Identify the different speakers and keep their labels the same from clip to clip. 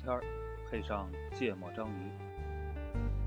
Speaker 1: 片儿，配上芥末章鱼。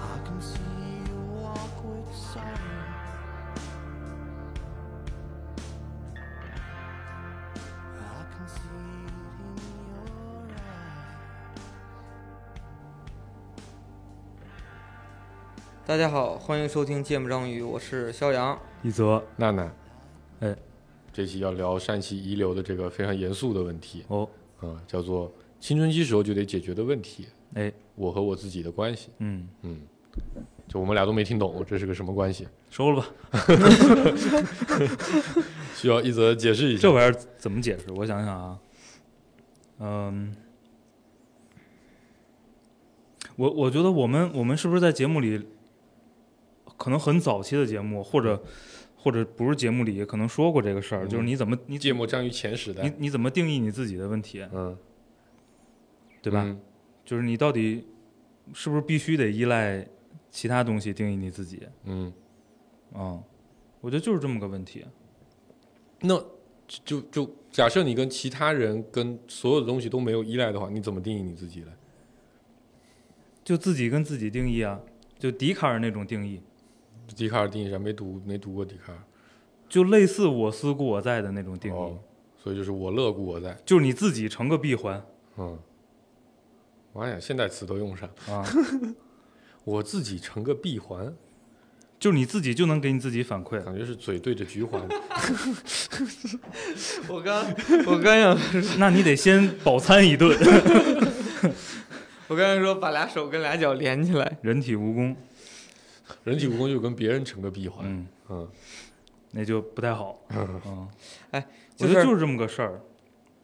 Speaker 2: I can see you walk with sorrow. I can see it in your eyes.
Speaker 3: 大家好，欢迎收听《芥末章鱼》，我是肖阳。
Speaker 4: 一泽
Speaker 5: 娜娜，
Speaker 4: 哎，
Speaker 5: 这期要聊山西遗留的这个非常严肃的问题，
Speaker 4: 哦，
Speaker 5: 啊、叫做青春期时候就得解决的问题，
Speaker 4: 哎，
Speaker 5: 我和我自己的关系，
Speaker 4: 嗯，
Speaker 5: 嗯，就我们俩都没听懂这是个什么关系，
Speaker 4: 收了吧，
Speaker 5: 需要一泽解释一下
Speaker 4: 这。玩意儿怎么解释？我想想啊，嗯，我我觉得我们我们是不是在节目里，可能很早期的节目，或者或者不是节目里，也可能说过这个事儿，
Speaker 5: 嗯
Speaker 4: 就是你怎么你
Speaker 5: 芥末章鱼前时
Speaker 4: 你
Speaker 5: 代，
Speaker 4: 你怎么定义你自己的问题，
Speaker 5: 嗯，
Speaker 4: 对吧？
Speaker 5: 嗯
Speaker 4: 就是你到底是不是必须得依赖其他东西定义你自己？
Speaker 5: 嗯，
Speaker 4: 嗯，我觉得就是这么个问题。
Speaker 5: 那就就假设你跟其他人跟所有的东西都没有依赖的话，你怎么定义你自己呢？
Speaker 4: 就自己跟自己定义啊，就笛卡尔那种定义，
Speaker 5: 笛卡尔定义啥？没读没读过笛卡尔，
Speaker 4: 就类似我思故我在的那种定义，
Speaker 5: 哦，所以就是我乐故我在，
Speaker 4: 就是你自己成个闭环
Speaker 5: 嗯，妈呀，现代词都用上。
Speaker 4: 啊，
Speaker 5: 我自己成个闭环，
Speaker 4: 就是你自己就能给你自己反馈。
Speaker 5: 感觉是嘴对着菊环。
Speaker 3: 我刚 我刚想
Speaker 4: 那你得先饱餐一 顿，
Speaker 3: 我刚才说把俩手跟俩脚连起来，
Speaker 4: 人体蜈蚣，
Speaker 5: 人体蜈蚣就跟别人成个闭环。
Speaker 4: 嗯，
Speaker 5: 嗯
Speaker 4: 那就不太好。嗯，
Speaker 3: 哎，
Speaker 4: 我
Speaker 3: 就
Speaker 4: 觉得
Speaker 3: 是
Speaker 4: 就是这么个事儿。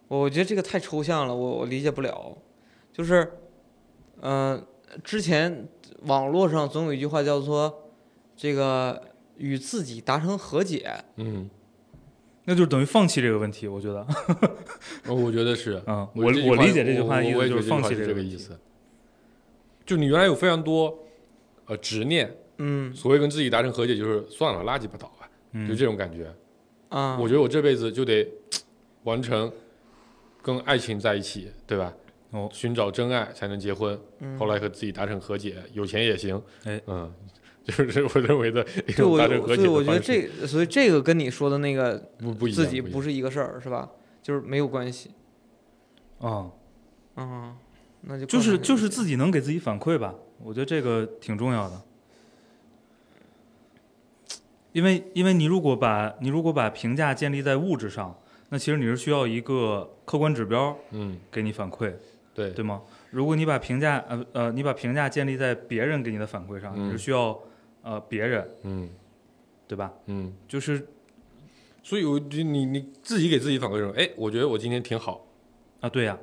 Speaker 3: 我我觉得这个太抽象了，我我理解不了。就是，嗯、之前网络上总有一句话叫做“这个与自己达成和解
Speaker 5: 嗯，
Speaker 4: 那就等于放弃这个问题，我觉得，
Speaker 5: 哦我觉得是。
Speaker 4: 嗯，我
Speaker 5: 我句话
Speaker 4: 理解这句话
Speaker 5: 我
Speaker 4: 的意
Speaker 5: 我
Speaker 4: 思
Speaker 5: 也觉
Speaker 4: 就
Speaker 5: 得
Speaker 4: 是放弃
Speaker 5: 这句话是
Speaker 4: 个
Speaker 5: 个
Speaker 4: 问
Speaker 5: 意
Speaker 4: 题。
Speaker 5: 思。就你原来有非常多呃执念，”。
Speaker 3: 嗯
Speaker 5: 所谓跟自己达成和解，就是算了，垃圾不倒吧，就
Speaker 4: 嗯，
Speaker 5: 这种感觉。
Speaker 3: 啊，
Speaker 5: 我觉得我这辈子就得完成跟爱情在一起，对吧？
Speaker 4: 哦
Speaker 5: 寻找真爱才能结婚，
Speaker 3: 嗯
Speaker 5: 后来和自己达成和解，有钱也行。
Speaker 4: 哎，
Speaker 5: 嗯， 就是我认为的一
Speaker 3: 对
Speaker 5: 种
Speaker 3: 我
Speaker 5: 达成和解
Speaker 3: 对
Speaker 5: 的
Speaker 3: 我觉得
Speaker 5: 方式
Speaker 3: 这所以这个跟你说的那个
Speaker 5: 不不一样，
Speaker 3: 自己
Speaker 5: 不一
Speaker 3: 不
Speaker 5: 样
Speaker 3: 是一个事儿是吧？就是没有关系。
Speaker 4: 啊，
Speaker 3: 嗯，那就
Speaker 4: 就
Speaker 3: 更
Speaker 4: 是
Speaker 3: 难
Speaker 4: 就
Speaker 3: 理
Speaker 4: 是
Speaker 3: 解
Speaker 4: 自己能给自己反馈吧，我觉得这个挺重要的。因为因为你如果把你如果把评价建立在物质上，那其实你是需要一个客观指标
Speaker 5: 嗯，
Speaker 4: 给你反馈，
Speaker 5: 对，
Speaker 4: 对吗？如果你把评价呃呃你把评价建立在别人给你的反馈上，
Speaker 5: 嗯
Speaker 4: 你是需要呃别人
Speaker 5: 嗯
Speaker 4: 对吧？
Speaker 5: 嗯，
Speaker 4: 就是
Speaker 5: 所以我就你你自己给自己反馈什么？哎，我觉得我今天挺好，
Speaker 4: 啊对呀、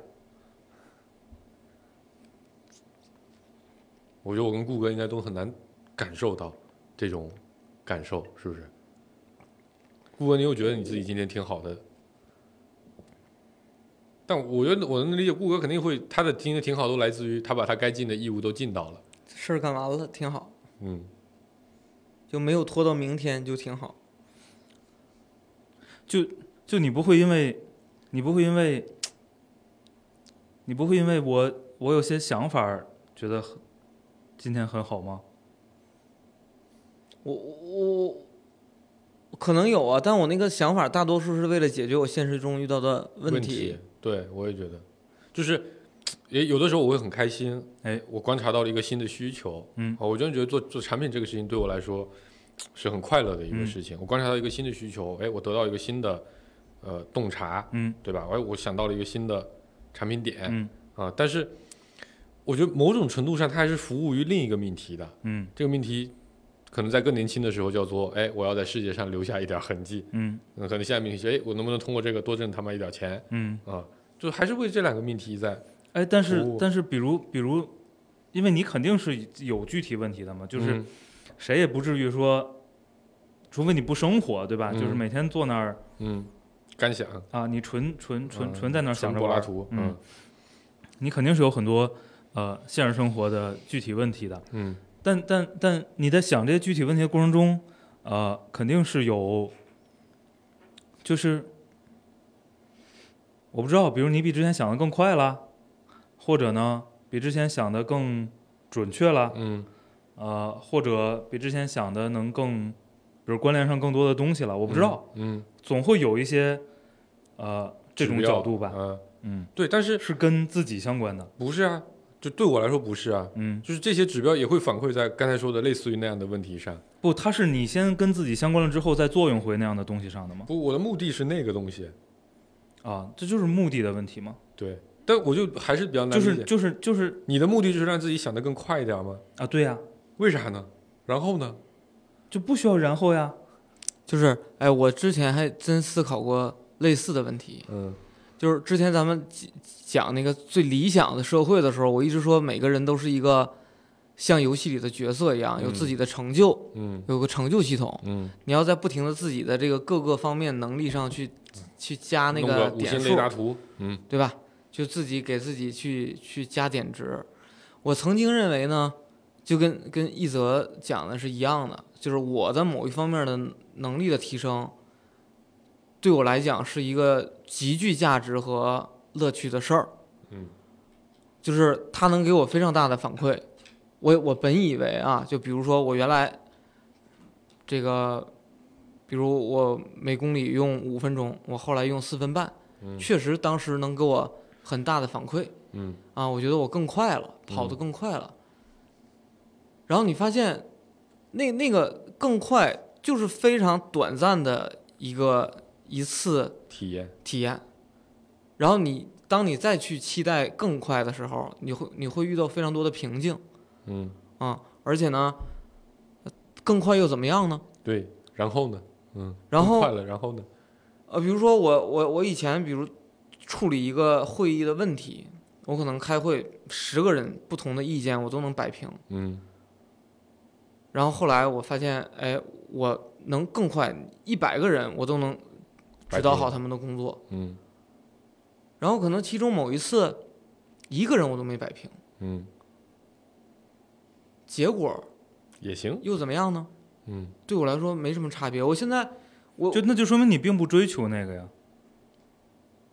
Speaker 5: 我觉得我跟顾哥应该都很难感受到这种感受，是不是？顾哥，你有觉得你自己今天挺好的？但我觉得我能理解，顾哥肯定会他的听的挺好，都来自于他把他该尽的义务都尽到了。
Speaker 3: 事儿干完了挺好，
Speaker 5: 嗯，
Speaker 3: 就没有拖到明天就挺好。
Speaker 4: 就你不会因为，你不会因为，你不会因为我我有些想法儿觉得很今天很好吗？
Speaker 3: 我我我可能有啊，但我那个想法大多数是为了解决我现实中遇到的
Speaker 5: 问
Speaker 3: 题。
Speaker 5: 对我也觉得，就是也有的时候我会很开心，
Speaker 4: 哎，
Speaker 5: 我观察到了一个新的需求，
Speaker 4: 嗯
Speaker 5: 啊，我真的觉得做做产品这个事情对我来说是很快乐的一
Speaker 4: 嗯
Speaker 5: 个事情。我观察到一个新的需求，哎，我得到一个新的呃洞察，
Speaker 4: 嗯
Speaker 5: 对吧？哎，我想到了一个新的产品点，
Speaker 4: 嗯
Speaker 5: 啊，但是我觉得某种程度上它还是服务于另一个命题的。
Speaker 4: 嗯
Speaker 5: 这个命题可能在更年轻的时候叫做，哎，我要在世界上留下一点痕迹。
Speaker 4: 嗯
Speaker 5: 嗯，可能现在命题是，哎，我能不能通过这个多挣他妈一点钱
Speaker 4: 嗯，
Speaker 5: 啊？就还是为这两个命题在，
Speaker 4: 哎，但是
Speaker 5: 服务
Speaker 4: 但是，比如比如，因为你肯定是有具体问题的嘛，就是
Speaker 5: 嗯
Speaker 4: 谁也不至于说，除非你不生活，对吧？
Speaker 5: 嗯
Speaker 4: 就是每天坐那儿
Speaker 5: 嗯，干想，
Speaker 4: 啊，你纯纯纯
Speaker 5: 嗯
Speaker 4: 纯在那儿想
Speaker 5: 纯
Speaker 4: 着
Speaker 5: 柏
Speaker 4: 玩
Speaker 5: 拉
Speaker 4: 儿
Speaker 5: 图，
Speaker 4: 嗯，你肯定是有很多呃现实生活的具体问题的。
Speaker 5: 嗯
Speaker 4: 但但但你在想这些具体问题的过程中，呃，肯定是有，就是我不知道，比如你比之前想的更快了，或者呢，比之前想的更准确了，
Speaker 5: 嗯
Speaker 4: 呃，或者比之前想的能更，比如关联上更多的东西了，我不知道，，
Speaker 5: 嗯，
Speaker 4: 总会有一些呃这种
Speaker 5: 指标
Speaker 4: 角度吧，
Speaker 5: 嗯，
Speaker 4: 嗯，
Speaker 5: 对，但是
Speaker 4: 是跟自己相关的，
Speaker 5: 不是啊？就对我来说不是啊，
Speaker 4: 嗯，
Speaker 5: 就是这些指标也会反馈在刚才说的类似于那样的问题上。
Speaker 4: 不，它是你先跟自己相关了之后，再作用回那样的东西上的
Speaker 3: 啊
Speaker 4: 吗？
Speaker 5: 不，我的目的是那个东西，
Speaker 4: 啊，这就是目的的问题吗？
Speaker 5: 对，但我就还是比较难
Speaker 4: 就
Speaker 5: 理解。
Speaker 4: 是就是就是
Speaker 5: 你的目的就是让自己想得更快一点吗？
Speaker 4: 啊，对呀、
Speaker 5: 为啥呢？然后呢？
Speaker 4: 就不需要然后呀。
Speaker 3: 就是哎，我之前还真思考过类似的问题，
Speaker 5: 嗯
Speaker 3: 就是之前咱们讲讲那个最理想的社会的时候，我一直说每个人都是一个像游戏里的角色一样，有自己的成就，
Speaker 5: 嗯
Speaker 3: 有个成就系统，
Speaker 5: 嗯，
Speaker 3: 你要在不停的自己的这个各个方面能力上去去加那
Speaker 5: 弄个五
Speaker 3: 点
Speaker 5: 星
Speaker 3: 数
Speaker 5: 雷达，图，嗯
Speaker 3: 对吧？就自己给自己去去加点值。我曾经认为呢，就跟跟一泽讲的是一样的，就是我的某一方面的能力的提升，对我来讲是一个极具价值和乐趣的事儿。
Speaker 5: 嗯，
Speaker 3: 就是它能给我非常大的反馈。我我本以为啊，就比如说我原来这个，比如我每公里用五分钟，我后来用四分半，
Speaker 5: 嗯
Speaker 3: 确实当时能给我很大的反馈
Speaker 5: 嗯
Speaker 3: 啊，我觉得我更快了，跑得更快了。然后你发现，那那个更快就是非常短暂的一个一次
Speaker 5: 体验，
Speaker 3: 体验。然后你当你再去期待更快的时候，你会你会遇到非常多的瓶颈
Speaker 5: 嗯
Speaker 3: 啊，而且呢，呃更快又怎么样呢？
Speaker 5: 对，然后呢？嗯，
Speaker 3: 然后
Speaker 5: 快了，然后呢？
Speaker 3: 呃，比如说我我我以前比如处理一个会议的问题，我可能开会十个人不同的意见我都能摆平，
Speaker 5: 嗯
Speaker 3: 然后后来我发现，哎，我能更快一百个人我都能指导好他们的工作，
Speaker 5: 嗯
Speaker 3: 然后可能其中某一次一个人我都没摆平，
Speaker 5: 嗯，
Speaker 3: 结果
Speaker 5: 也行，
Speaker 3: 又怎么样呢？
Speaker 5: 嗯
Speaker 3: 对我来说没什么差别。我现在我
Speaker 4: 就那就说明你并不追求那个呀。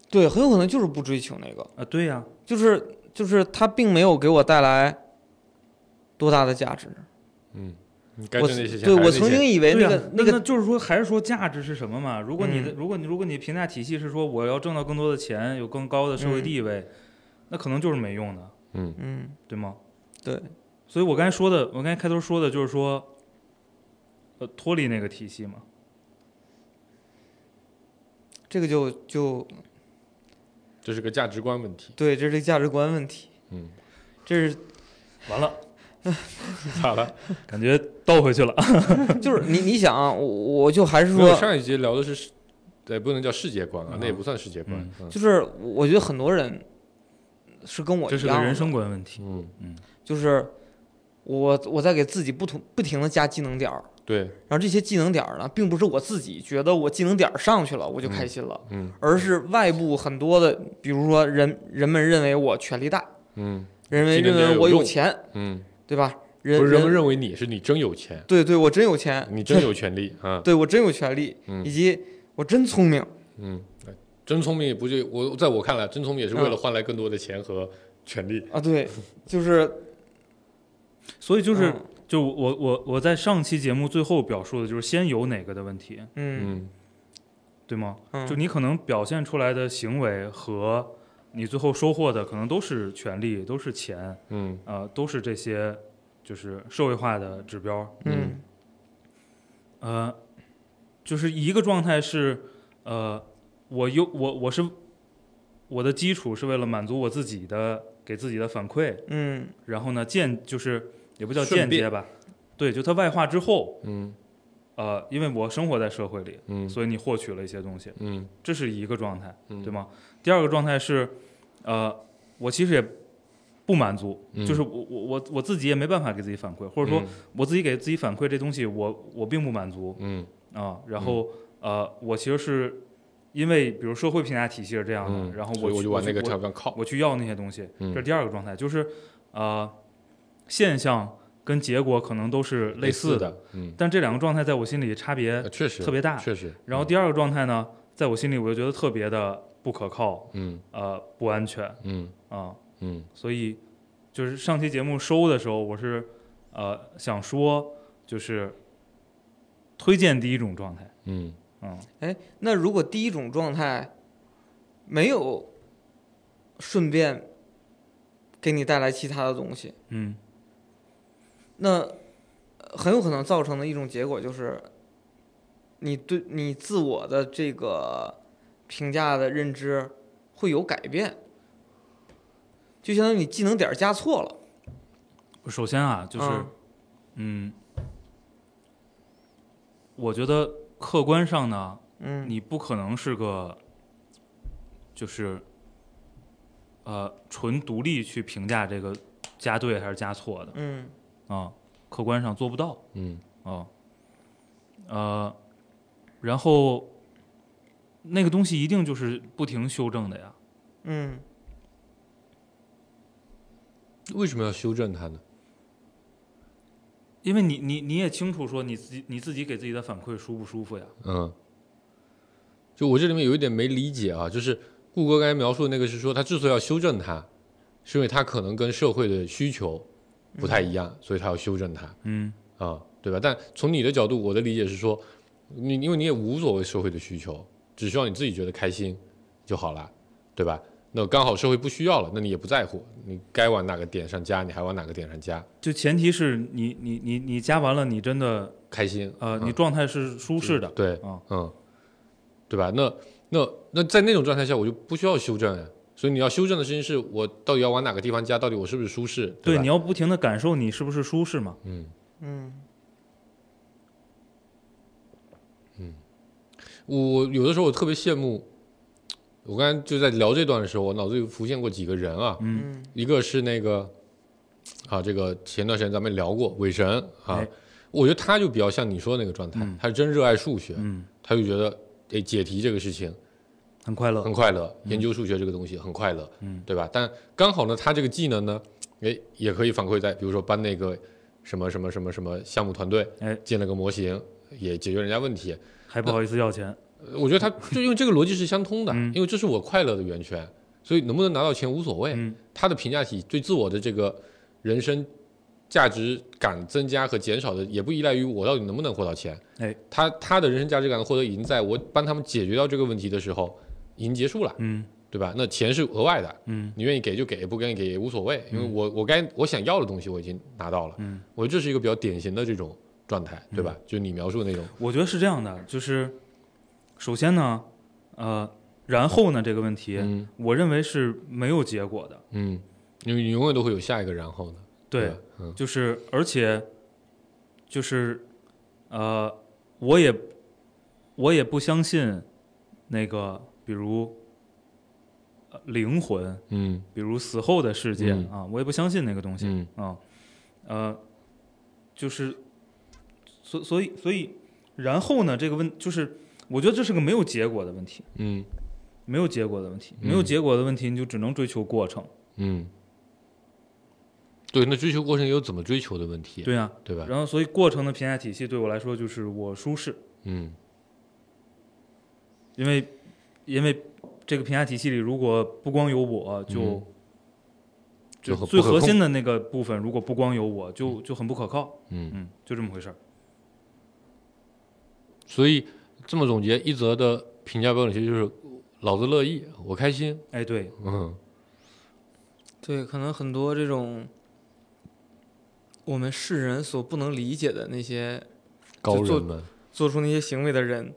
Speaker 3: 对很有可能就是不追求那个，
Speaker 4: 啊，对呀，
Speaker 3: 就是就是它并没有给我带来多大的价值。
Speaker 5: 嗯，你该
Speaker 3: 我
Speaker 5: 挣那些钱
Speaker 3: 对
Speaker 5: 还
Speaker 3: 我
Speaker 5: 是那
Speaker 3: 曾
Speaker 5: 些
Speaker 3: 经以为
Speaker 4: 对
Speaker 3: 那
Speaker 4: 呀
Speaker 3: 个、
Speaker 4: 那
Speaker 3: 个
Speaker 4: 就是说还是说价值是什么嘛？如果你的、
Speaker 3: 嗯
Speaker 4: 如果你如果你评价体系是说我要挣到更多的钱，有更高的社会
Speaker 3: 嗯
Speaker 4: 地位，那可能就是没用的，
Speaker 5: 嗯
Speaker 3: 嗯
Speaker 4: 对吗？
Speaker 3: 对
Speaker 4: 所以我刚才说的，我刚才开头说的就是说，呃，脱离那个体系嘛。
Speaker 3: 这个就就
Speaker 5: 这是个价值观问 题。
Speaker 3: 对，这是价值观问题。
Speaker 5: 嗯，
Speaker 3: 这是
Speaker 4: 完了，
Speaker 5: 咋了？
Speaker 4: 感觉倒回去了。
Speaker 3: 就是你你想啊，我我就还是
Speaker 5: 没有
Speaker 3: 说，
Speaker 5: 上一节聊的是世，对，不能叫世界观啊
Speaker 4: 嗯，
Speaker 5: 那也不算世界观。嗯
Speaker 3: 就是我觉得很多人是跟 我
Speaker 4: 这
Speaker 3: 一
Speaker 4: 是个
Speaker 3: 样
Speaker 4: 人
Speaker 3: 的，
Speaker 4: 生观问题。
Speaker 5: 嗯，
Speaker 3: 就是我我在给自己不同不停的加技能点儿，
Speaker 5: 对，
Speaker 3: 然后这些技能点儿呢，并不是我自己觉得我技能点儿上去了我就开心了，
Speaker 5: 嗯
Speaker 3: 而是外部很多的，比如说人人们认为我权力大，
Speaker 5: 嗯
Speaker 3: 人们
Speaker 5: 技能
Speaker 3: 认
Speaker 5: 点儿
Speaker 3: 为
Speaker 5: 有
Speaker 3: 我有
Speaker 5: 用
Speaker 3: 钱，
Speaker 5: 嗯，
Speaker 3: 对吧？人
Speaker 5: 不是人们
Speaker 3: 人
Speaker 5: 认为你是你真有钱，
Speaker 3: 对对，我真有钱，
Speaker 5: 你真有权利啊，
Speaker 3: 对我真有权利，
Speaker 5: 嗯
Speaker 3: 以及我真聪明，
Speaker 5: 嗯，真聪明也不就我在我看来，真聪明也是为了换来更多的钱和权利。
Speaker 3: 啊，对，就是
Speaker 4: 所以就是
Speaker 3: 嗯
Speaker 4: 就我我我在上期节目最后表述的就是先有哪个的问题，
Speaker 3: 嗯
Speaker 5: 嗯
Speaker 4: 对吗？
Speaker 3: 嗯
Speaker 4: 就你可能表现出来的行为和你最后收获的可能都是权利，都是钱，
Speaker 5: 嗯
Speaker 4: 呃，都是这些就是社会化的指标。
Speaker 3: 嗯
Speaker 4: 呃，就是一个状态是，呃，我有我我是我的基础是为了满足我自己的给自己的反馈，
Speaker 3: 嗯
Speaker 4: 然后呢间就是也不叫
Speaker 5: 顺
Speaker 4: 间
Speaker 5: 便
Speaker 4: 接吧，对，就它外化之后，
Speaker 5: 嗯
Speaker 4: 呃，因为我生活在社会里，
Speaker 5: 嗯
Speaker 4: 所以你获取了一些东西，
Speaker 5: 嗯
Speaker 4: 这是一个状态，
Speaker 5: 嗯，
Speaker 4: 对吗？第二个状态是，呃，我其实也不满足，
Speaker 5: 嗯
Speaker 4: 就是我我我我自己也没办法给自己反馈，或
Speaker 5: 或
Speaker 4: 者说我自己给自己反馈这东西我我并不满足，
Speaker 5: 嗯
Speaker 4: 啊，然后、呃，我其实是因为比如社会评价体系是这样的，
Speaker 5: 嗯，
Speaker 4: 然后
Speaker 5: 所以
Speaker 4: 我
Speaker 5: 我
Speaker 4: 去
Speaker 5: 就往那个
Speaker 4: 我去
Speaker 5: 上面靠
Speaker 4: 我，我去要那些东西，
Speaker 5: 嗯
Speaker 4: 这是第二个状态，就是呃现象跟结果可能都是类似
Speaker 5: 似
Speaker 4: 的，
Speaker 5: 的，嗯，
Speaker 4: 但这两个状态在我心里差别
Speaker 5: 呃确实
Speaker 4: 特别大。
Speaker 5: 确实。
Speaker 4: 然后第二个状态呢，在我心里我就觉得特别的不可靠，
Speaker 5: 嗯
Speaker 4: 呃不安全啊、
Speaker 5: 嗯嗯
Speaker 4: 所以就是上期节目收的时候，我是呃想说就是推荐第一种状态。
Speaker 5: 嗯
Speaker 4: 嗯，
Speaker 3: 哎，那如果第一种状态没有顺便给你带来其他的东西，
Speaker 4: 嗯
Speaker 3: 那呃很有可能造成的一种结果就是，你对你自我的这个评价的认知会有改变，就相当于你技能点儿加错了，，
Speaker 4: 首先啊，就是
Speaker 3: 嗯
Speaker 4: 嗯我觉得客观上呢，
Speaker 3: 嗯
Speaker 4: 你不可能是个就是呃纯独立去评价这个加对还是加错的
Speaker 3: 嗯
Speaker 4: 啊、客观上做不到
Speaker 5: 嗯
Speaker 4: 啊、呃，然后那个东西一定就是不停修正的呀，
Speaker 3: 嗯
Speaker 5: 为什么要修正它呢？
Speaker 4: 因为你你你也清楚说你自己你自己给自己的反馈舒不舒服呀，
Speaker 5: 嗯，就我这里面有一点没理解啊，就是顾哥刚才描述的那个是说，他之所以要修正它，是因为他可能跟社会的需求不太一样，所以他要修正它
Speaker 4: 嗯
Speaker 5: 啊，对吧？但从你的角度，我的理解是说，你因为你也无所谓社会的需求，只需要你自己觉得开心就好了，对吧？那刚好社会不需要了，那你也不在乎，你该往哪个点上加，你还往哪个点上加，
Speaker 4: 就前提是你你你你加完了，你真的
Speaker 5: 开心。
Speaker 4: 呃，
Speaker 5: 嗯
Speaker 4: 你状态是舒适的，
Speaker 5: 对，
Speaker 4: 啊
Speaker 5: 嗯，对吧？那那那在那种状态下，我就不需要修正啊。所以你要修正的事情是我到底要往哪个地方加，到底我是不是舒适？
Speaker 4: 对，
Speaker 5: 吧
Speaker 4: 你要不停的感受你是不是舒适嘛？
Speaker 5: 嗯，
Speaker 3: 嗯
Speaker 5: 我有的时候我特别羡慕，我刚才就在聊这段的时候，我脑子里浮现过几个人啊，
Speaker 4: 嗯
Speaker 3: 嗯
Speaker 5: 一个是那个啊，这个前段时间咱们聊过韦神啊，
Speaker 4: 哎
Speaker 5: 我觉得他就比较像你说的那个状态，
Speaker 4: 嗯
Speaker 5: 他是真热爱数学，
Speaker 4: 嗯，
Speaker 5: 他就觉得哎解题这个事情
Speaker 4: 很快乐，
Speaker 5: 很快乐，研究数学这个东西很快乐，
Speaker 4: 嗯
Speaker 5: 对吧？但刚好呢，他这个技能呢，哎，也可以反馈在，比如说帮那个什么什么什么什么项目团队，
Speaker 4: 哎
Speaker 5: 建了个模型，也解决人家问题。
Speaker 4: 还不好意思要钱，
Speaker 5: 呃我觉得他就因为这个逻辑是相通的，
Speaker 4: 嗯
Speaker 5: 因为这是我快乐的源泉，所以能不能拿到钱无所谓。
Speaker 4: 嗯
Speaker 5: 他的评价体对自我的这个人生价值感增加和减少的，也不依赖于我到底能不能获到钱。
Speaker 4: 哎，
Speaker 5: 他他的人生价值感的获得已经在我帮他们解决掉这个问题的时候已经结束了，
Speaker 4: 嗯
Speaker 5: 对吧？那钱是额外的，
Speaker 4: 嗯
Speaker 5: 你愿意给就给，不愿意给也无所谓，因为我我该我想要的东西我已经拿到了。
Speaker 4: 嗯，
Speaker 5: 我觉得这是一个比较典型的这种状态，对吧？就你描述的那种，
Speaker 4: 我觉得是这样的，就是首先呢，呃，然后呢这个问题，
Speaker 5: 嗯
Speaker 4: 我认为是没有结果的，
Speaker 5: 嗯，因为你永远都会有下一个然后呢，
Speaker 4: 对
Speaker 5: 吧，？嗯
Speaker 4: 就是而且就是呃，我也我也不相信那个比如。呃灵魂，
Speaker 5: 嗯
Speaker 4: 比如死后的世界、
Speaker 5: 嗯
Speaker 4: 啊，我也不相信那个东西
Speaker 5: 嗯
Speaker 4: 啊，呃，就是，所所以所以，然后呢，这个问就是，我觉得这是个没有结果的问题，
Speaker 5: 嗯
Speaker 4: 没有结果的问题，
Speaker 5: 嗯
Speaker 4: 没有结果的问题，你就只能追求过程，
Speaker 5: 嗯，对，那追求过程也有怎么追求的问题，
Speaker 4: 对啊，
Speaker 5: 对吧？
Speaker 4: 然后所以过程的评价体系对我来说就是我舒适，
Speaker 5: 嗯
Speaker 4: 因为因为这个评价体系里如果不光有我就。
Speaker 5: 嗯
Speaker 4: 就
Speaker 5: 就很
Speaker 4: 最
Speaker 5: 不可
Speaker 4: 核
Speaker 5: 控
Speaker 4: 心的那个部分，如果不光有我，就就很不可靠。
Speaker 5: 嗯，
Speaker 4: 嗯，就这么回事儿。
Speaker 5: 所以这么总结，一则的评价标准其实就是老子乐意，我开心，
Speaker 4: 哎，对，
Speaker 5: 嗯，
Speaker 3: 对，可能很多这种我们世人所不能理解的那些
Speaker 5: 高
Speaker 3: 就做
Speaker 5: 人们
Speaker 3: 做出那些行为的人，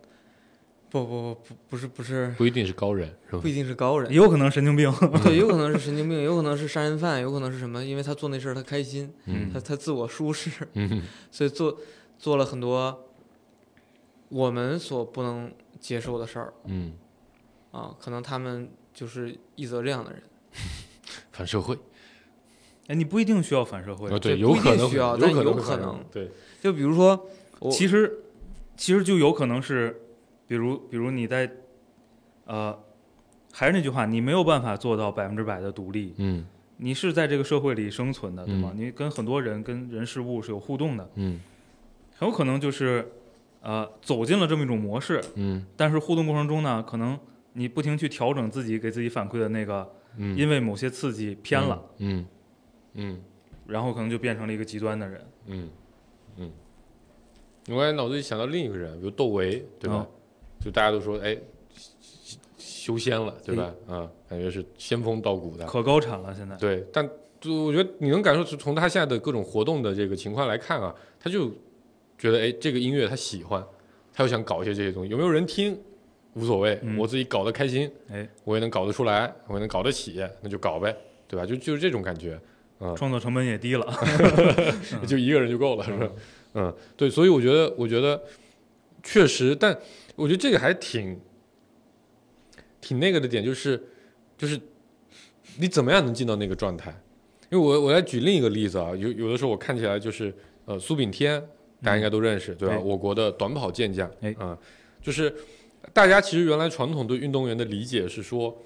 Speaker 3: 不不不不不是不是，
Speaker 5: 不一定是高人，是 吧
Speaker 3: 不？一定是高人
Speaker 4: 也，有可能神经病。
Speaker 3: 对，有可能是神经病，有可能是杀人犯，有可能是什么？因为他做那事儿他开心，
Speaker 5: 嗯
Speaker 3: 他他自我舒适，
Speaker 5: 嗯，
Speaker 3: 所以做做了很多我们所不能接受的事儿
Speaker 5: 嗯，
Speaker 3: 啊，可能他们就是一则这样的人，
Speaker 5: 反社会，
Speaker 4: 哎，你不一定需要反社会
Speaker 3: 对
Speaker 5: 啊，。对，
Speaker 3: 不
Speaker 5: 有
Speaker 3: 一
Speaker 5: 可
Speaker 3: 定
Speaker 5: 能，
Speaker 3: 需要但
Speaker 5: 可
Speaker 3: 有
Speaker 5: 能会
Speaker 3: 可
Speaker 5: 反社
Speaker 3: 能
Speaker 5: 会，对，
Speaker 3: 就比如说我
Speaker 4: 其实，其实就有可能是，比如，比如你在，呃，还是那句话，你没有办法做到百分之百的独立，
Speaker 5: 嗯
Speaker 4: 你是在这个社会里生存的，对吗？
Speaker 5: 嗯
Speaker 4: 你跟很多人、跟人事物是有互动的，
Speaker 5: 嗯
Speaker 4: 很有可能就是，呃，走进了这么一种模式，
Speaker 5: 嗯
Speaker 4: 但是互动过程中呢，可能你不停去调整自己给自己反馈的那个，
Speaker 5: 嗯，
Speaker 4: 因为某些刺激偏了，
Speaker 5: 嗯，嗯
Speaker 4: 然后可能就变成了一个极端的人。
Speaker 5: 嗯嗯嗯，我刚才脑子里想到另一个人，比如窦唯，对吧
Speaker 4: 哦？
Speaker 5: 就大家都说，哎，修仙了，对吧？啊，感觉是仙风道骨的，
Speaker 4: 可高产了，现在
Speaker 5: 对，但就我觉得你能感受，从他现在的各种活动的这个情况来看啊，他就觉得哎，这个音乐他喜欢，他又想搞一些这些东西，有没有人听无所谓，
Speaker 4: 嗯
Speaker 5: 我自己搞得开心，
Speaker 4: 哎，
Speaker 5: 我也能搞得出来，我也能搞得起，那就搞呗，对吧？就就是这种感觉，
Speaker 4: 创作成本也低了。
Speaker 5: 就一个人就够了，是吧？嗯，对，所以我觉得，我觉得确实，但我觉得这个还挺挺那个的点，就是就是你怎么样能进到那个状态？因为我我来举另一个例子啊，有有的时候我看起来就是呃，苏炳添大家应该都认识，对吧？
Speaker 4: 对
Speaker 5: 我国的短跑健将，
Speaker 4: 哎
Speaker 5: 啊、就是大家其实原来传统对运动员的理解是说，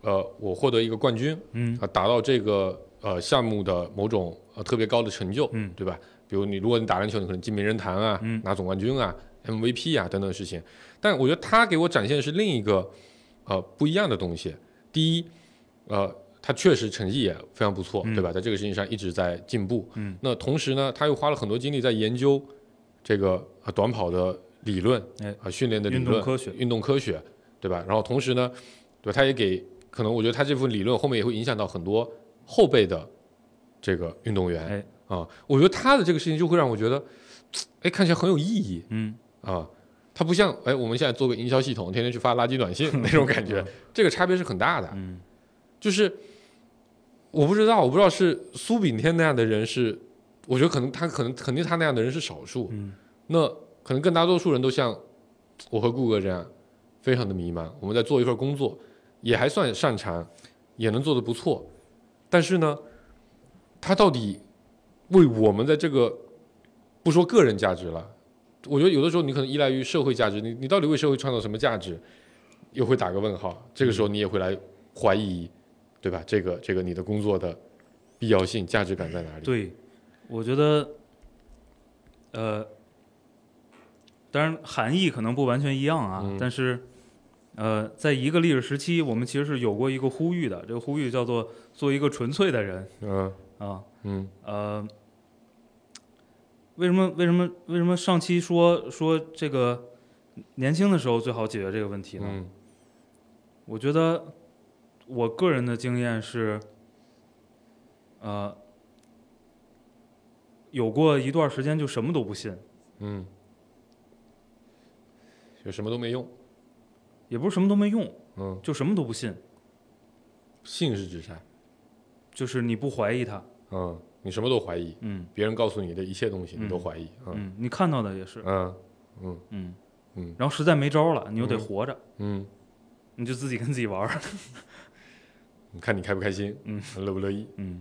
Speaker 5: 呃，我获得一个冠军，
Speaker 4: 嗯
Speaker 5: 啊，达到这个呃项目的某种呃特别高的成就，
Speaker 4: 嗯
Speaker 5: 对吧？比如你如果你打篮球，你可能进名人堂啊，
Speaker 4: 嗯
Speaker 5: 拿总冠军啊，MVP 啊等等事情。但我觉得他给我展现的是另一个呃不一样的东西。第一，呃，他确实成绩也非常不错，
Speaker 4: 嗯
Speaker 5: 对吧？在这个事情上一直在进步。
Speaker 4: 嗯，
Speaker 5: 那同时呢，他又花了很多精力在研究这个呃短跑的理论，
Speaker 4: 哎
Speaker 5: 啊，训练的理
Speaker 4: 运
Speaker 5: 论、
Speaker 4: 动科学
Speaker 5: 运动科学，对吧？然后同时呢，对吧，他也给可能我觉得他这部分理论后面也会影响到很多后辈的这个运动员，
Speaker 4: 哎
Speaker 5: 啊，我觉得他的这个事情就会让我觉得，哎，看起来很有意义
Speaker 4: 嗯，
Speaker 5: 啊。他不像哎，我们现在做个营销系统，天天去发垃圾短信那种感觉，这个差别是很大的。
Speaker 4: 嗯，
Speaker 5: 就是我不知道，我不知道是苏炳添那样的人是，我觉得可能他可能肯定他那样的人是少数，
Speaker 4: 嗯，
Speaker 5: 那可能更大多数人都像我和顾哥这样，非常的迷茫。我们在做一份工作，也还算擅长，也能做得不错，但是呢，他到底为我们在这个不说个人价值了，我觉得有的时候你可能依赖于社会价值，你你到底为社会创造什么价值，又会打个问号。这个时候你也会来怀疑，
Speaker 4: 嗯
Speaker 5: 对吧？这个这个你的工作的必要性、价值感在哪里？
Speaker 4: 对，我觉得，呃，当然含义可能不完全一样啊，
Speaker 5: 嗯
Speaker 4: 但是，呃，在一个历史时期，我们其实是有过一个呼吁的，这个呼吁叫做“做一个纯粹的人
Speaker 5: 嗯”
Speaker 4: 啊，
Speaker 5: 嗯
Speaker 4: 呃，为什么为什么为什么上期说说这个年轻的时候最好解决这个问题呢？
Speaker 5: 嗯
Speaker 4: 我觉得我个人的经验是，呃，有过一段时间就什么都不信，
Speaker 5: 嗯，就什么都没用。
Speaker 4: 也不是什么都没用，
Speaker 5: 嗯，
Speaker 4: 就什么都不信，
Speaker 5: 信是指啥？
Speaker 4: 就是你不怀疑它，
Speaker 5: 嗯，你什么都怀疑，
Speaker 4: 嗯
Speaker 5: 别人告诉你的一切东西
Speaker 4: 嗯
Speaker 5: 你都怀疑。嗯
Speaker 4: 嗯，你看到的也是，
Speaker 5: 嗯嗯
Speaker 4: 嗯
Speaker 5: 嗯
Speaker 4: 然后实在没招了，你又得
Speaker 5: 嗯
Speaker 4: 活着，
Speaker 5: 嗯，
Speaker 4: 你就自己跟自己玩儿，
Speaker 5: 你看你开不开心？
Speaker 4: 嗯，
Speaker 5: 乐不乐意？
Speaker 4: 嗯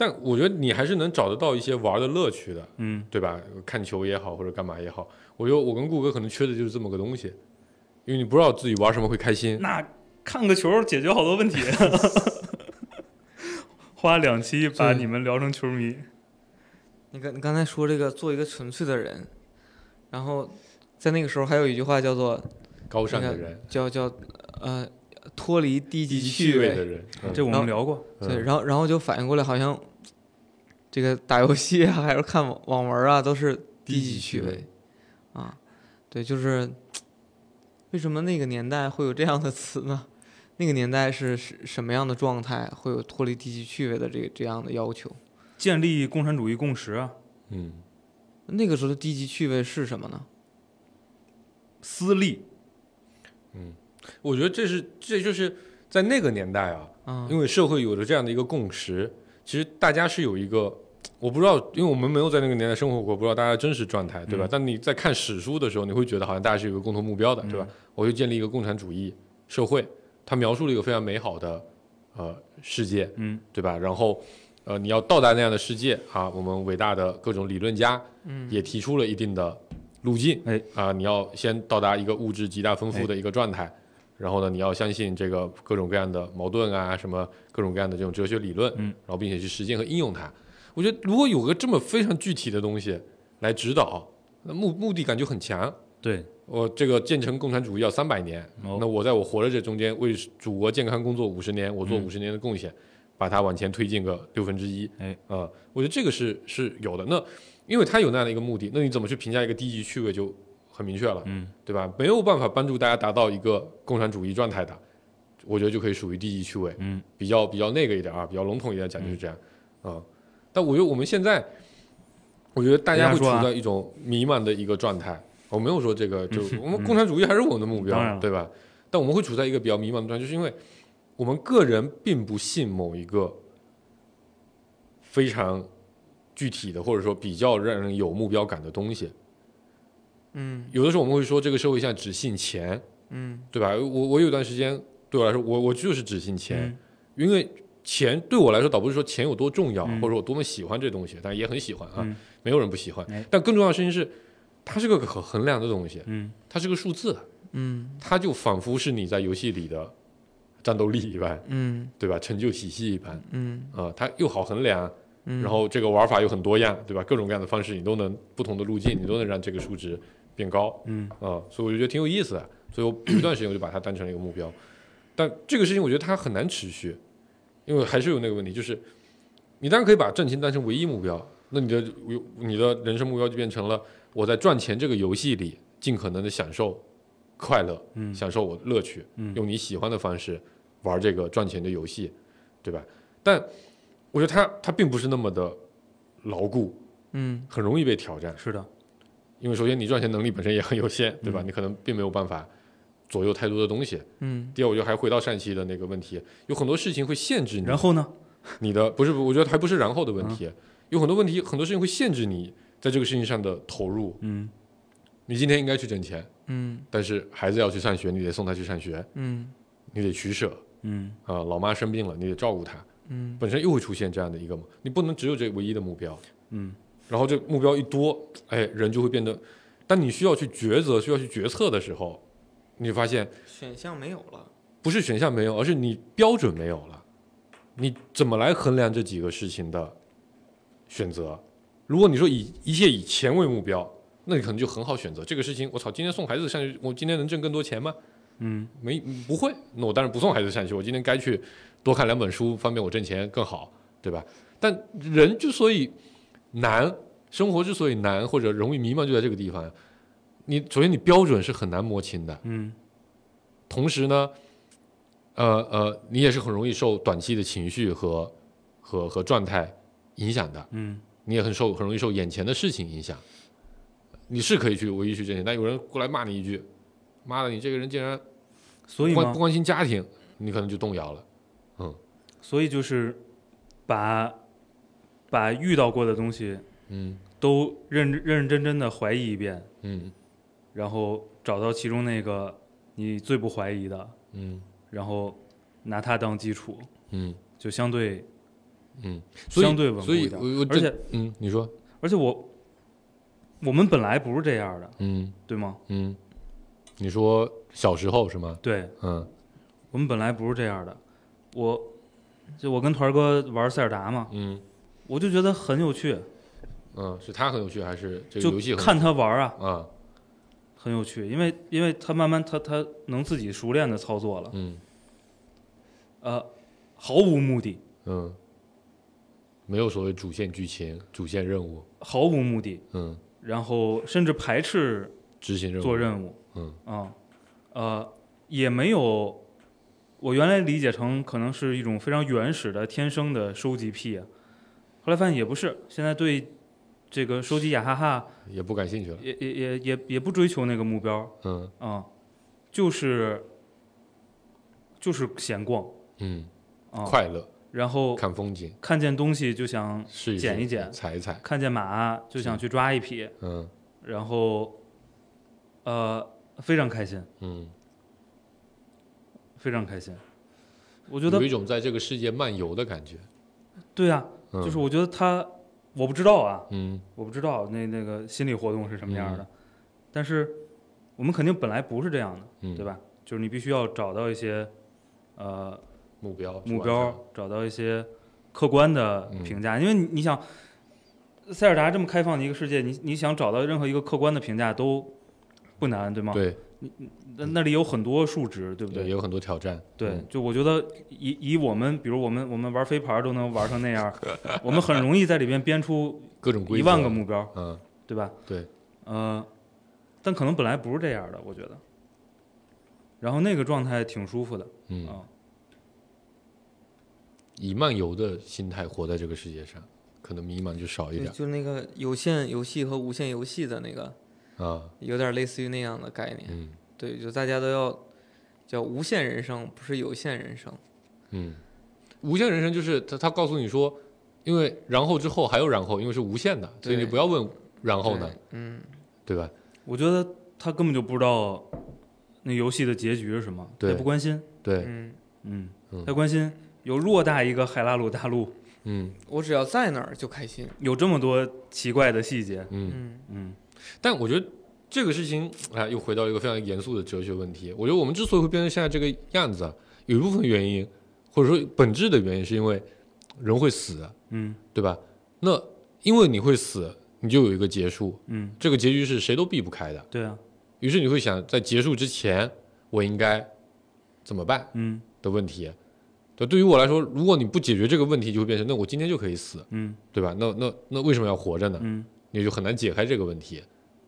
Speaker 5: 但我觉得你还是能找得到一些玩的乐趣的，
Speaker 4: 嗯
Speaker 5: 对吧？看球也好，或者干嘛也好，我觉得我跟顾哥可能缺的就是这么个东西，因为你不知道自己玩什么会开心。
Speaker 4: 那看个球解决好多问题。 花两期把
Speaker 3: 对
Speaker 4: 你们聊成球迷，
Speaker 3: 你刚你刚才说这个做一个纯粹的人，然后在那个时候还有一句话叫做
Speaker 5: 高尚的人，
Speaker 3: 叫叫呃脱离低级
Speaker 5: 低级
Speaker 3: 趣
Speaker 5: 趣味的人，嗯
Speaker 4: 这我
Speaker 3: 然
Speaker 4: 们
Speaker 3: 后
Speaker 4: 聊过，
Speaker 5: 嗯
Speaker 3: 对，然后然后就反应过来，好像这个打游戏啊，还是看网网文啊，都是低
Speaker 5: 低级
Speaker 3: 级
Speaker 5: 趣
Speaker 3: 趣
Speaker 5: 味
Speaker 3: 味啊。对，就是为什么那个年代会有这样的词呢？那个年代是是什么样的状态会有脱离地区趣味的这个这样的要求？
Speaker 4: 建立共产主义共识啊，
Speaker 5: 嗯，
Speaker 3: 那个时候的低级趣味是什么呢？
Speaker 4: 私利。
Speaker 5: 我觉得这是这就是在那个年代啊，
Speaker 3: 啊、
Speaker 5: 因为社会有了这样的一个共识，其实大家是有一个，我不知道，因为我们没有在那个年代生活过，不知道大家真实状态，对吧？但你在看史书的时候，你会觉得好像大家是有一个共同目标的，对吧？我就建立一个共产主义社会，它描述了一个非常美好的呃世界，
Speaker 4: 嗯，
Speaker 5: 对吧？然后呃，你要到达那样的世界啊，我们伟大的各种理论家，
Speaker 3: 嗯，
Speaker 5: 也提出了一定的路径，
Speaker 4: 哎
Speaker 5: 啊，你要先到达一个物质极大丰富的一个状态，然后呢，你要相信这个各种各样的矛盾啊，什么各种各样的这种哲学理论，
Speaker 4: 嗯
Speaker 5: 然后并且去实践和应用它。我觉得如果有个这么非常具体的东西来指导，那目目的感就很强。
Speaker 4: 对，
Speaker 5: 我这个建成共产主义要三百年，
Speaker 4: 哦
Speaker 5: 那我在我活着这中间为祖国健康工作五十年，我做
Speaker 4: 嗯
Speaker 5: 五十年的贡献，把它往前推进个六分之一。
Speaker 4: 哎，
Speaker 5: 呃，我觉得这个是是有的。那因为他有那样的一个目的，那你怎么去评价一个低级趣味就很明确了，
Speaker 4: 嗯，
Speaker 5: 对吧？没有办法帮助大家达到一个共产主义状态的，我觉得就可以属于低级趣味。
Speaker 4: 嗯，
Speaker 5: 比较比较那个一点啊，比较笼统一点讲就是这样啊、但我觉得我们现在，我觉得大家会处
Speaker 4: 人家说啊
Speaker 5: 在一种迷茫的一个状态。我哦没有说这个，就我们共产主义还是我们的目
Speaker 4: 嗯当然
Speaker 5: 标，
Speaker 4: 了
Speaker 5: 对吧？但我们会处在一个比较迷茫的状态，就是因为我们个人并不信某一个非常具体的，或者说比较让人有目标感的东西。
Speaker 3: 嗯
Speaker 5: 有的时候我们会说，这个社会现在只信钱，
Speaker 3: 嗯
Speaker 5: 对吧？我我有段时间对我来说，我我就是只信钱，
Speaker 4: 嗯
Speaker 5: 因为钱对我来说，倒不是说钱有多重要，
Speaker 4: 嗯
Speaker 5: 或者我多么喜欢这东西，但也很喜欢啊，
Speaker 4: 嗯
Speaker 5: 没有人不喜欢
Speaker 4: 哎。
Speaker 5: 但更重要的事情是，它是个可衡量的东西，
Speaker 4: 嗯，
Speaker 5: 它是个数字，啊
Speaker 3: 嗯
Speaker 5: 它就仿佛是你在游戏里的战斗力一般，
Speaker 3: 嗯
Speaker 5: 对吧？成就体系一般
Speaker 3: 嗯
Speaker 5: 啊、它又好衡量，
Speaker 3: 嗯，
Speaker 5: 然后这个玩法又很多样，对吧？各种各样的方式，你都能不同的路径，你都能让这个数值变高。
Speaker 4: 嗯，
Speaker 5: 啊、所以我就觉得挺有意思的。所以我 有一段时间我就把它当成了一个目标，但这个事情我觉得它很难持续，因为还是有那个问题，就是你当然可以把挣钱当成唯一目标，那你的你的人生目标就变成了我在赚钱这个游戏里尽可能的享受快乐，
Speaker 4: 嗯
Speaker 5: 享受我的乐趣，
Speaker 4: 嗯
Speaker 5: 用你喜欢的方式玩这个赚钱的游戏，对吧？但我觉得它它并不是那么的牢固，
Speaker 3: 嗯
Speaker 5: 很容易被挑战。
Speaker 4: 是的，
Speaker 5: 因为首先你赚钱能力本身也很有限，对吧？
Speaker 4: 嗯
Speaker 5: 你可能并没有办法左右太多的东西。
Speaker 3: 嗯
Speaker 5: 第二，我觉得还回到上一期的那个问题，有很多事情会限制你
Speaker 4: 然后嗯呢？
Speaker 5: 你的不是，我觉得还不是然后的问题，有很多问题，很多事情会限制你在这个事情上的投入。
Speaker 4: 嗯
Speaker 5: 你今天应该去挣钱，
Speaker 3: 嗯
Speaker 5: 但是孩子要去上学，你得送他去上学，
Speaker 3: 嗯
Speaker 5: 你得取舍
Speaker 4: 嗯
Speaker 5: 啊、老妈生病了，你得照顾她，
Speaker 3: 嗯
Speaker 5: 本身又会出现这样的一个，你不能只有这唯一的目标。
Speaker 4: 嗯，
Speaker 5: 然后这目标一多，哎，人就会变得，当你需要去抉择、需要去决策的时候，你发现
Speaker 3: 选项没有了。
Speaker 5: 不是选项没有，而是你标准没有了。你怎么来衡量这几个事情的选择？如果你说以一切以钱为目标，那你可能就很好选择这个事情。我操，今天送孩子上学，我今天能挣更多钱吗？
Speaker 4: 嗯，
Speaker 5: 没不会。那我当然不送孩子上学，我今天该去多看两本书，方便我挣钱更好，对吧？但人之所以难，生活之所以难或者容易迷茫，就在这个地方。你首先你标准是很难摸清的，
Speaker 4: 嗯，
Speaker 5: 同时呢，呃呃，你也是很容易受短期的情绪和和和状态影响的，
Speaker 4: 嗯，
Speaker 5: 你也很受很容易受眼前的事情影响。你是可以去唯一去挣钱，但有人过来骂你一句：“妈的，你这个人竟然
Speaker 4: 所以
Speaker 5: 关
Speaker 4: 嘛
Speaker 5: 不，关心家庭”，你可能就动摇了。
Speaker 4: 所以就是把把遇到过的东西
Speaker 5: 嗯
Speaker 4: 都认认认真真的怀疑一遍，
Speaker 5: 嗯
Speaker 4: 然后找到其中那个你最不怀疑的，
Speaker 5: 嗯
Speaker 4: 然后拿它当基础，
Speaker 5: 嗯
Speaker 4: 就相对
Speaker 5: 嗯，所以
Speaker 4: 相对稳固
Speaker 5: 所
Speaker 4: 一
Speaker 5: 以
Speaker 4: 点。
Speaker 5: 我我
Speaker 4: 而且
Speaker 5: 这嗯，你说
Speaker 4: 而且我我们本来不是这样的，
Speaker 5: 嗯
Speaker 4: 对吗？
Speaker 5: 嗯，你说小时候是吗？
Speaker 4: 对
Speaker 5: 嗯
Speaker 4: 我们本来不是这样的。我就我跟团儿哥玩塞尔达嘛，
Speaker 5: 嗯
Speaker 4: 我就觉得很有趣，
Speaker 5: 嗯，是他很有趣还是这个
Speaker 4: 就
Speaker 5: 游戏很有
Speaker 4: 看他玩啊，
Speaker 5: 趣啊
Speaker 4: 很有趣，因为因为他慢慢他他能自己熟练的操作了，
Speaker 5: 嗯
Speaker 4: 呃，毫无目的，
Speaker 5: 嗯，没有所谓主线剧情、主线任务，
Speaker 4: 毫无目的，
Speaker 5: 嗯，
Speaker 4: 然后甚至排斥
Speaker 5: 执行任务
Speaker 4: 做任务，
Speaker 5: 嗯
Speaker 4: 啊，呃，也没有。我原来理解成可能是一种非常原始的天生的收集癖、啊，后来发现也不是。现在对这个收集雅哈哈
Speaker 5: 也不感兴趣了。
Speaker 4: 也也也也也不追求那个目标
Speaker 5: 嗯
Speaker 4: 啊、就是就是闲逛
Speaker 5: 嗯，
Speaker 4: 啊、
Speaker 5: 快乐，
Speaker 4: 然后
Speaker 5: 看风景，
Speaker 4: 看见东西就想
Speaker 5: 试一试
Speaker 4: 捡一捡
Speaker 5: 踩一踩。
Speaker 4: 看见马就想去抓一匹，
Speaker 5: 嗯
Speaker 4: 然后呃非常开心，
Speaker 5: 嗯，
Speaker 4: 非常开心。我觉得
Speaker 5: 有一种在这个世界漫游的感觉。
Speaker 4: 对啊，
Speaker 5: 嗯
Speaker 4: 就是我觉得他我不知道啊，
Speaker 5: 嗯
Speaker 4: 我不知道那那个心理活动是什么样的，但是我们肯定本来不是这样的，
Speaker 5: 嗯，
Speaker 4: 对？吧？就是你必须要找到一些呃
Speaker 5: 目标
Speaker 4: 目标，找到一些客观的评价，因为你你想，塞尔达这么开放的一个世界，你你想找到任何一个客观的评价都不难，对吗？
Speaker 5: 对
Speaker 4: 那那里有很多数值，对不
Speaker 5: 对，
Speaker 4: 对？
Speaker 5: 也有很多挑战。
Speaker 4: 对
Speaker 5: 嗯
Speaker 4: 就我觉得以以我们，比如我们我们玩飞盘都能玩成那样，我们很容易在里边编出
Speaker 5: 各种规
Speaker 4: 一
Speaker 5: 则。
Speaker 4: 万个目标，
Speaker 5: 嗯，
Speaker 4: 对吧？
Speaker 5: 对，
Speaker 4: 呃，但可能本来不是这样的，我觉得。然后那个状态挺舒服的，
Speaker 5: 嗯
Speaker 4: 啊，
Speaker 5: 以漫游的心态活在这个世界上，可能迷茫就少一
Speaker 3: 对，
Speaker 5: 点
Speaker 3: 就那个有线游戏和无线游戏的那个，
Speaker 5: 啊。
Speaker 3: 有点类似于那样的概念。
Speaker 5: 嗯
Speaker 3: 对，就大家都要叫无限人生，不是有限人生。
Speaker 5: 嗯，无限人生就是他他告诉你说，因为然后之后还有然后，因为是无限的，所以
Speaker 3: 对
Speaker 5: 你不要问然后呢
Speaker 3: 对，，嗯，
Speaker 5: 对吧？
Speaker 4: 我觉得他根本就不知道那游戏的结局是什么，
Speaker 5: 对
Speaker 4: 也不关心。
Speaker 5: 对，
Speaker 3: 嗯，
Speaker 4: 嗯
Speaker 5: 嗯，
Speaker 4: 他关心有偌大一个海拉鲁大陆，
Speaker 5: 嗯
Speaker 3: 我只要在那儿就开心。
Speaker 4: 有这么多奇怪的细节。
Speaker 5: 嗯。
Speaker 3: 嗯，
Speaker 4: 嗯
Speaker 5: 但我觉得这个事情，哎，又回到一个非常严肃的哲学问题。我觉得我们之所以会变成现在这个样子啊，有一部分原因，或者说本质的原因，是因为人会死，啊
Speaker 4: 嗯
Speaker 5: 对吧？那因为你会死，你就有一个结束，
Speaker 4: 嗯，
Speaker 5: 这个结局是谁都避不开的。
Speaker 4: 对啊，
Speaker 5: 于是你会想，在结束之前，我应该怎么办
Speaker 4: 嗯
Speaker 5: 的问题。对，对于我来说，如果你不解决这个问题，就会变成那我今天就可以死，
Speaker 4: 嗯
Speaker 5: 对吧？那那那为什么要活着呢？
Speaker 4: 嗯
Speaker 5: 你就很难解开这个问题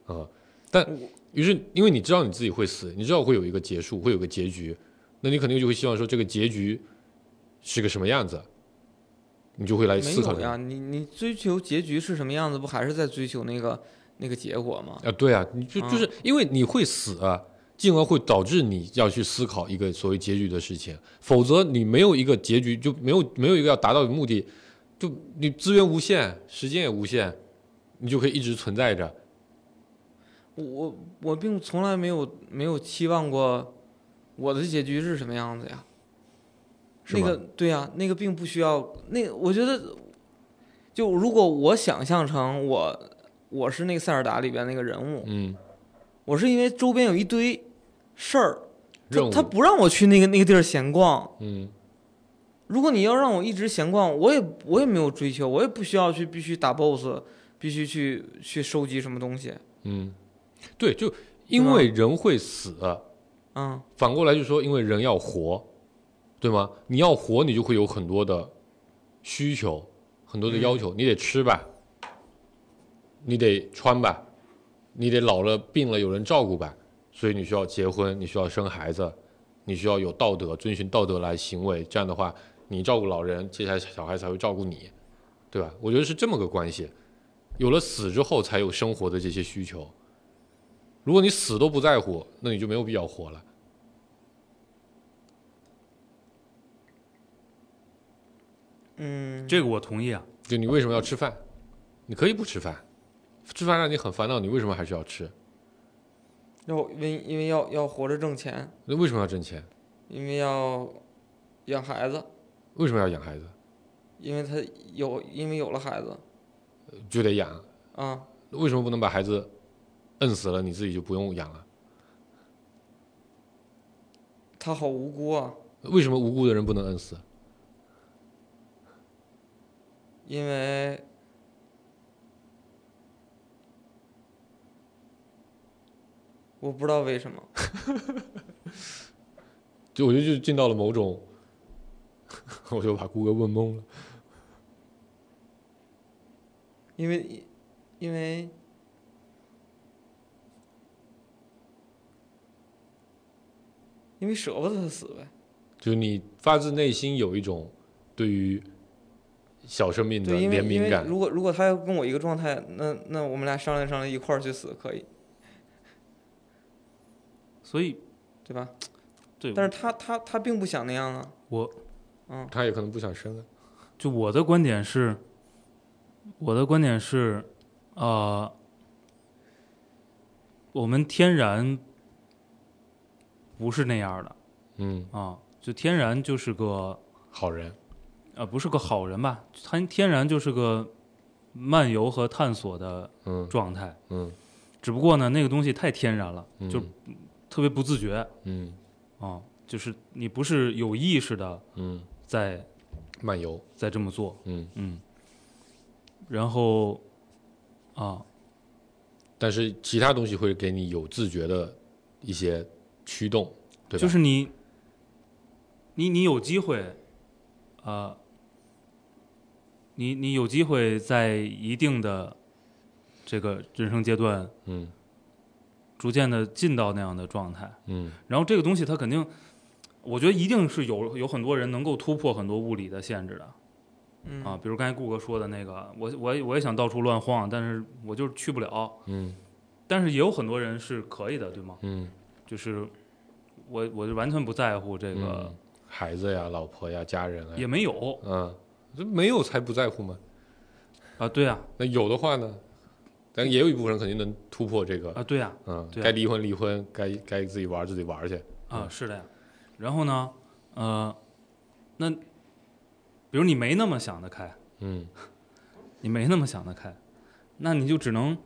Speaker 5: 啊、但于是，因为你知道你自己会死，你知道会有一个结束，会有个结局，那你肯定就会希望说这个结局是个什么样子，你就会来
Speaker 3: 没
Speaker 5: 思考
Speaker 3: 有
Speaker 5: 这个
Speaker 3: 呀，你你追求结局是什么样子，不还是在追求那个那个结果吗？
Speaker 5: 啊，对啊，你就
Speaker 3: 啊
Speaker 5: 就是因为你会死、啊，进而会导致你要去思考一个所谓结局的事情，否则你没有一个结局，就没有没有一个要达到的目的，就你资源无限，时间也无限，你就可以一直存在着。
Speaker 3: 我我我并从来没有没有期望过我的结局是什么样子呀。
Speaker 5: 是
Speaker 3: 那
Speaker 5: 吗
Speaker 3: 个对呀、那个并不需要。那个我觉得，就如果我想象成我我是那个塞尔达里边那个人物，
Speaker 5: 嗯，
Speaker 3: 我是因为周边有一堆事儿，
Speaker 5: 任
Speaker 3: 他
Speaker 5: 务
Speaker 3: 他不让我去那个那个地儿闲逛。
Speaker 5: 嗯
Speaker 3: 如果你要让我一直闲逛，我也我也没有追求，我也不需要去必须打 BOSS，必须去去收集什么东西。
Speaker 5: 嗯，对，就因为人会死，啊
Speaker 3: 嗯，
Speaker 5: 反过来就说因为人要活，对吗？你要活，你就会有很多的需求，很多的要求，你得吃吧，你得穿吧，你得老了病了有人照顾吧，所以你需要结婚，你需要生孩子，你需要有道德，遵循道德来行为。这样的话，你照顾老人，接下来小孩才会照顾你，对吧？我觉得是这么个关系。有了死之后，才有生活的这些需求。如果你死都不在乎，那你就没有必要活了。
Speaker 4: 这个我同意啊。
Speaker 5: 就你为什么要吃饭？你可以不吃饭，吃饭让你很烦恼，你为什么还是要吃？
Speaker 3: 要因为因为要要活着挣钱，
Speaker 5: 那为什么要挣钱？
Speaker 3: 因为要养孩子，
Speaker 5: 为什么要养孩子？
Speaker 3: 因为他有因为有了孩子
Speaker 5: 就得养，
Speaker 3: 啊，
Speaker 5: 为什么不能把孩子摁死了，你自己就不用养了？
Speaker 3: 他好无辜啊，
Speaker 5: 为什么无辜的人不能摁死？
Speaker 3: 因为我不知道为什么，
Speaker 5: 就我觉得就进到了某种， 我就把顾哥问懵了。
Speaker 3: 因为因为因为舍不得他死呗。
Speaker 5: 就是你发自内心有一种对于小生命的
Speaker 3: 对，因为
Speaker 5: 怜
Speaker 3: 因
Speaker 5: 悯
Speaker 3: 为
Speaker 5: 感。
Speaker 3: 如果如果他要跟我一个状态，那那我们俩商量商量一块儿去死可以，
Speaker 4: 所以
Speaker 3: 对吧？
Speaker 4: 对，
Speaker 3: 但是他他他并不想那样 啊，
Speaker 4: 我
Speaker 3: 嗯，
Speaker 5: 他也可能不想生啊，
Speaker 4: 就我的观点是，我的观点是，呃，我们天然不是那样的
Speaker 5: 嗯，
Speaker 4: 啊，就天然就是个
Speaker 5: 好人，
Speaker 4: 呃不是个好人吧，他天然就是个漫游和探索的
Speaker 5: 嗯
Speaker 4: 状态，
Speaker 5: 嗯
Speaker 4: 只不过呢，那个东西太天然了，
Speaker 5: 嗯，
Speaker 4: 就特别不自觉
Speaker 5: 嗯
Speaker 4: 啊，就是你不是有意识的
Speaker 5: 嗯
Speaker 4: 在
Speaker 5: 漫游，
Speaker 4: 在这么做，
Speaker 5: 嗯，
Speaker 4: 嗯，然后啊，
Speaker 5: 但是其他东西会给你有自觉的一些驱动，对吧？
Speaker 4: 就是你，你你有机会，呃，你你有机会在一定的这个人生阶段，
Speaker 5: 嗯
Speaker 4: 逐渐的进到那样的状态。
Speaker 5: 嗯
Speaker 4: 然后这个东西它肯定，我觉得一定是有有很多人能够突破很多物理的限制的。
Speaker 3: 嗯
Speaker 4: 啊，比如刚才顾哥说的那个，我我也我也想到处乱晃，但是我就是去不了。
Speaker 5: 嗯
Speaker 4: 但是也有很多人是可以的，对吗？
Speaker 5: 嗯，
Speaker 4: 就是我我就完全不在乎这个
Speaker 5: 嗯，孩子呀、老婆呀、家人啊，
Speaker 4: 也没有
Speaker 5: 嗯，这没有才不在乎嘛。
Speaker 4: 啊，对啊
Speaker 5: 那有的话呢，但也有一部分人肯定能突破这个，
Speaker 4: 啊，对啊
Speaker 5: 嗯，
Speaker 4: 对啊
Speaker 5: 该离婚离婚，该该自己玩儿自己玩儿去，
Speaker 4: 啊，是的呀。然后呢，呃，那比如你没那么想得开，
Speaker 5: 嗯
Speaker 4: 你没那么想得开，那你就只能，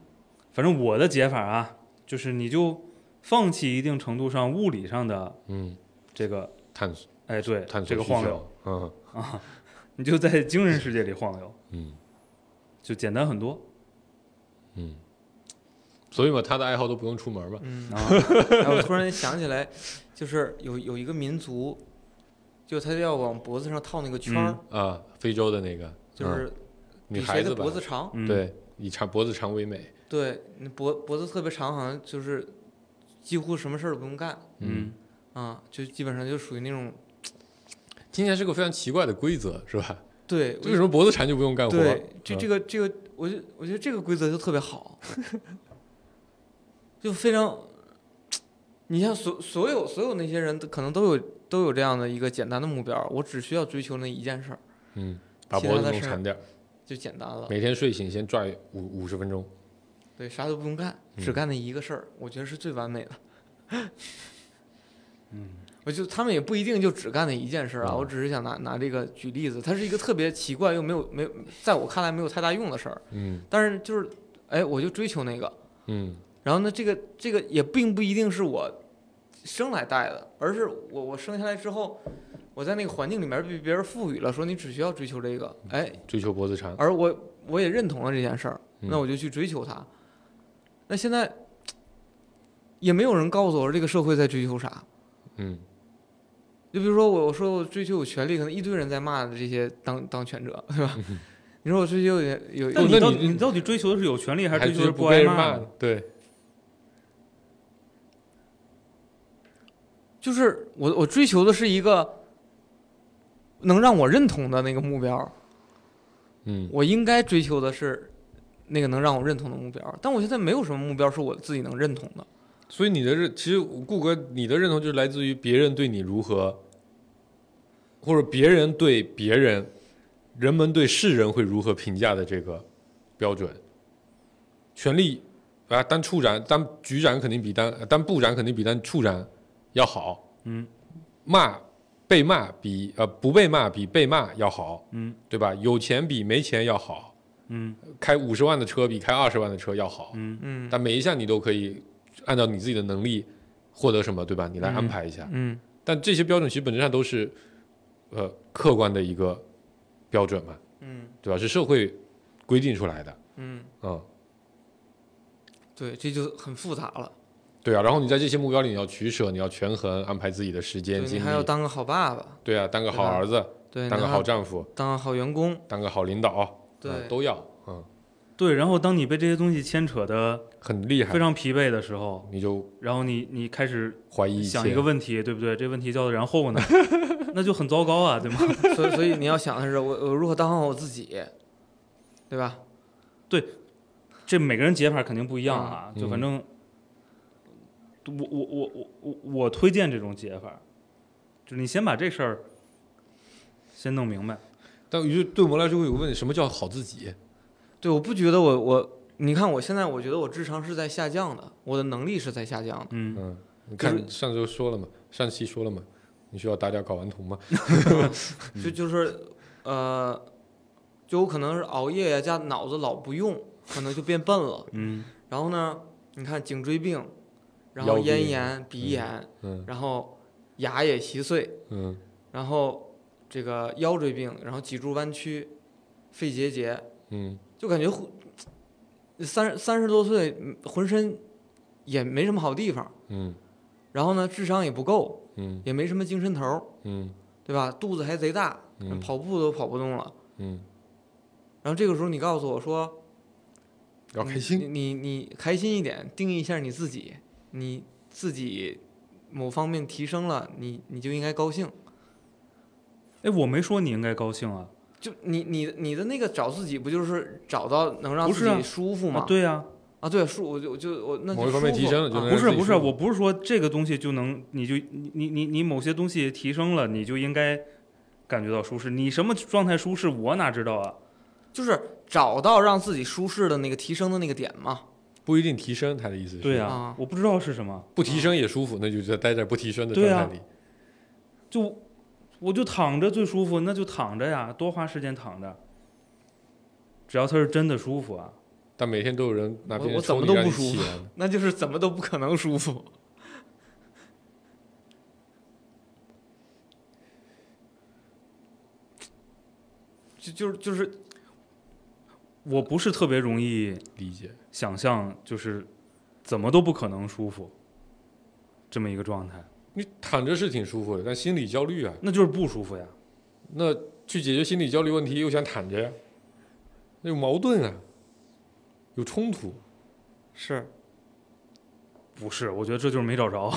Speaker 4: 反正我的解法啊，就是你就放弃一定程度上物理上的
Speaker 5: 嗯，
Speaker 4: 这个，
Speaker 5: 探索
Speaker 4: 哎，对，
Speaker 5: 探索
Speaker 4: 这个
Speaker 5: 需
Speaker 4: 晃悠，
Speaker 5: 求，嗯
Speaker 4: 你就在精神世界里晃悠，
Speaker 5: 嗯
Speaker 4: 就简单很多。
Speaker 5: 嗯，所以嘛，他的爱好都不用出门嘛，
Speaker 3: 嗯，
Speaker 4: 啊，
Speaker 3: 哎，我突然想起来，就是有有一个民族，就他要往脖子上套那个圈儿、
Speaker 5: 啊，非洲的那个
Speaker 3: 就是
Speaker 5: 嗯女
Speaker 3: 比
Speaker 5: 孩
Speaker 3: 谁
Speaker 5: 子
Speaker 3: 的
Speaker 5: 吧
Speaker 3: 脖，子长。
Speaker 4: 嗯，
Speaker 5: 对，以长脖子长为美，
Speaker 3: 对，你脖脖子特别长，好像就是几乎什么事儿都不用干
Speaker 4: 嗯，
Speaker 3: 啊，就基本上就属于那种
Speaker 5: 听起来是个非常奇怪的规则，是吧？
Speaker 3: 对，我
Speaker 5: 为什么脖子长就不用干活？
Speaker 3: 对，这
Speaker 5: 嗯
Speaker 3: 这个这个，我就我觉得这个规则就特别好， 就非常，你像所所有所有那些人都可能都有都有这样的一个简单的目标，我只需要追求那一件事儿
Speaker 5: 嗯，把
Speaker 3: 其
Speaker 5: 脖
Speaker 3: 他
Speaker 5: 子
Speaker 3: 的
Speaker 5: 弄
Speaker 3: 事儿
Speaker 5: 长点儿，
Speaker 3: 就简单了，
Speaker 5: 每天睡醒先拽五五十分钟，
Speaker 3: 对，啥都不用干，
Speaker 5: 嗯
Speaker 3: 只干那一个事儿，我觉得是最完美的。嗯， 我就他们也不一定就只干那一件事儿啊，我
Speaker 5: 嗯
Speaker 3: 只是想拿拿这个举例子，它是一个特别奇怪又没有没有，在我看来没有太大用的事儿，
Speaker 5: 嗯
Speaker 3: 但是就是哎，我就追求那个。
Speaker 5: 嗯
Speaker 3: 然后呢，这个这个也并不一定是我生来带的，而是我我生下来之后，我在那个环境里面被别人赋予了，说你只需要追求这个，哎，
Speaker 5: 追求脖子长，
Speaker 3: 而我我也认同了这件事儿，
Speaker 5: 嗯
Speaker 3: 那我就去追求它。那现在也没有人告诉我这个社会在追求啥，
Speaker 5: 嗯
Speaker 3: 就比如说我我说我追求有权利，可能一堆人在骂这些当当权者，对吧？ 你说我追求有有有
Speaker 4: 但你
Speaker 5: 那
Speaker 4: 到
Speaker 5: 你
Speaker 4: 底你到底追求的是有权利，还是追求
Speaker 5: 是
Speaker 4: 的
Speaker 5: 不
Speaker 4: 挨
Speaker 5: 被人
Speaker 4: 骂
Speaker 5: 骂
Speaker 4: 呢？，
Speaker 5: 对，
Speaker 3: 就是我我追求的是一个能让我认同的那个目标，
Speaker 5: 嗯
Speaker 3: 我应该追求的是那个能让我认同的目标，但我现在没有什么目标是我自己能认同的。
Speaker 5: 所以你的认，其实顾哥，你的认同就是来自于别人对你如何，或者别人对别人，人们对世人会如何评价的这个标准。权力啊，单处斩、单局斩肯定比单呃单部斩肯定比单处斩要好。
Speaker 4: 嗯，
Speaker 5: 骂被骂比呃不被骂比被骂要好，
Speaker 4: 嗯
Speaker 5: 对吧？有钱比没钱要好，
Speaker 4: 嗯
Speaker 5: 开五十万的车比开二十万的车要好。
Speaker 4: 嗯
Speaker 3: 嗯
Speaker 5: 但每一项你都可以按照你自己的能力获得什么，对吧？你来安排一下。
Speaker 3: 嗯
Speaker 5: 但这些标准其实本质上都是呃客观的一个标准嘛，
Speaker 3: 嗯
Speaker 5: 对吧？是社会规定出来的，
Speaker 3: 嗯，
Speaker 5: 嗯，
Speaker 3: 对，这就很复杂了。
Speaker 5: 对啊。然后你在这些目标里，你要取舍，你要权衡安排自己的时
Speaker 3: 对
Speaker 5: 间
Speaker 3: 你
Speaker 5: 精
Speaker 3: 还要
Speaker 5: 力，
Speaker 3: 当个好爸爸，
Speaker 5: 对啊，当个好
Speaker 3: 对吧
Speaker 5: 儿子，
Speaker 3: 对，
Speaker 5: 当
Speaker 3: 你
Speaker 5: 个
Speaker 3: 还
Speaker 5: 好
Speaker 3: 要
Speaker 5: 丈夫，
Speaker 3: 当个好员工，
Speaker 5: 当个好领导，啊
Speaker 3: 对
Speaker 5: 嗯，都要，嗯
Speaker 4: 对，然后当你被这些东西牵扯的
Speaker 5: 很厉害
Speaker 4: 非，常疲惫的时候，
Speaker 5: 你就
Speaker 4: 然后你你开始
Speaker 5: 怀疑一切
Speaker 4: 想一个问题，对不对？这问题叫做然后呢， 那就很糟糕啊，对吗？
Speaker 3: 所以所以你要想的是，我我如何当好我自己，对吧？
Speaker 4: 这每个人解法肯定不一样啊，
Speaker 5: 嗯
Speaker 4: 就反正我我我我我我推荐这种解法，就是你先把这事儿先弄明白。
Speaker 5: 但于是对我们来说会有个问题：什么叫好自己？
Speaker 3: 对，我不觉得我我，你看我现在，我觉得我智商是在下降的，我的能力是在下降的。
Speaker 4: 嗯，
Speaker 5: 嗯，你
Speaker 3: 就是
Speaker 5: 看上周说了嘛，上期说了嘛，你需要打点睾丸酮嘛？嗯
Speaker 3: 就就是呃，就我可能是熬夜呀，加脑子老不用，可能就变笨 了。
Speaker 4: 嗯，
Speaker 3: 然后呢，你看颈椎病，然后
Speaker 5: 腰
Speaker 3: 咽
Speaker 5: 病
Speaker 3: 炎、鼻炎，
Speaker 5: 嗯
Speaker 3: 然后牙也稀碎，
Speaker 5: 嗯
Speaker 3: 然后这个腰椎病，然后脊柱弯曲，肺结节，
Speaker 5: 嗯，
Speaker 3: 就感觉浑三三十多岁，嗯浑身也没什么好地方。
Speaker 5: 嗯
Speaker 3: 然后呢，智商也不够，
Speaker 5: 嗯
Speaker 3: 也没什么精神头儿，
Speaker 5: 嗯
Speaker 3: 对吧？肚子还贼大，
Speaker 5: 嗯
Speaker 3: 跑步都跑不动了。
Speaker 5: 嗯，
Speaker 3: 然后这个时候你告诉我说，
Speaker 5: 要开
Speaker 3: 你
Speaker 5: 心。
Speaker 3: 你你开心一点，定义一下你自己，你自己某方面提升了，你你就应该高兴。
Speaker 4: 哎，我没说你应该高兴啊，
Speaker 3: 就你你你的那个找自己，不就是找到能让
Speaker 4: 不
Speaker 3: 自
Speaker 4: 是啊
Speaker 3: 己舒服
Speaker 4: 啊
Speaker 3: 吗？
Speaker 4: 对呀、
Speaker 3: 啊，对，舒我就我就我那就
Speaker 5: 某一方面
Speaker 3: 舒
Speaker 5: 提
Speaker 3: 服
Speaker 5: 升了就
Speaker 3: 啊
Speaker 5: 能
Speaker 4: 不
Speaker 5: 让自
Speaker 4: 是
Speaker 5: 己
Speaker 4: 不是，
Speaker 5: 舒服
Speaker 4: 我不是说这个东西就能，你就你你你你某些东西提升了，你就应该感觉到舒适。你什么状态舒适，我哪知道啊？
Speaker 3: 就是找到让自己舒适的那个提升的那个点嘛。
Speaker 5: 不一定提升，他的意思是
Speaker 4: 对呀、
Speaker 3: 啊
Speaker 4: 我不知道是什么，
Speaker 5: 不提升也舒服，那就在待在不提升的状
Speaker 4: 对啊
Speaker 5: 态里。
Speaker 4: 就我就躺着最舒服，那就躺着呀，多花时间躺着。只要它是真的舒服啊，
Speaker 5: 但每天都有人拿别
Speaker 3: 我我
Speaker 5: 人
Speaker 3: 怎
Speaker 5: 抽
Speaker 3: 么
Speaker 5: 你
Speaker 3: 都
Speaker 5: 让
Speaker 3: 不
Speaker 5: 你
Speaker 3: 舒
Speaker 5: 起
Speaker 3: 服
Speaker 5: 来呢，
Speaker 3: 那就是怎么都不可能舒服。就就是就是
Speaker 4: 我不是特别容易
Speaker 5: 理解。
Speaker 4: 想象，就是怎么都不可能舒服这么一个状态，
Speaker 5: 你躺着是挺舒服的，但心理焦虑啊，
Speaker 4: 那就是不舒服呀。
Speaker 5: 那去解决心理焦虑问题又想躺着呀，那有矛盾啊，有冲突。
Speaker 3: 是
Speaker 4: 不是，我觉得这就是没找着。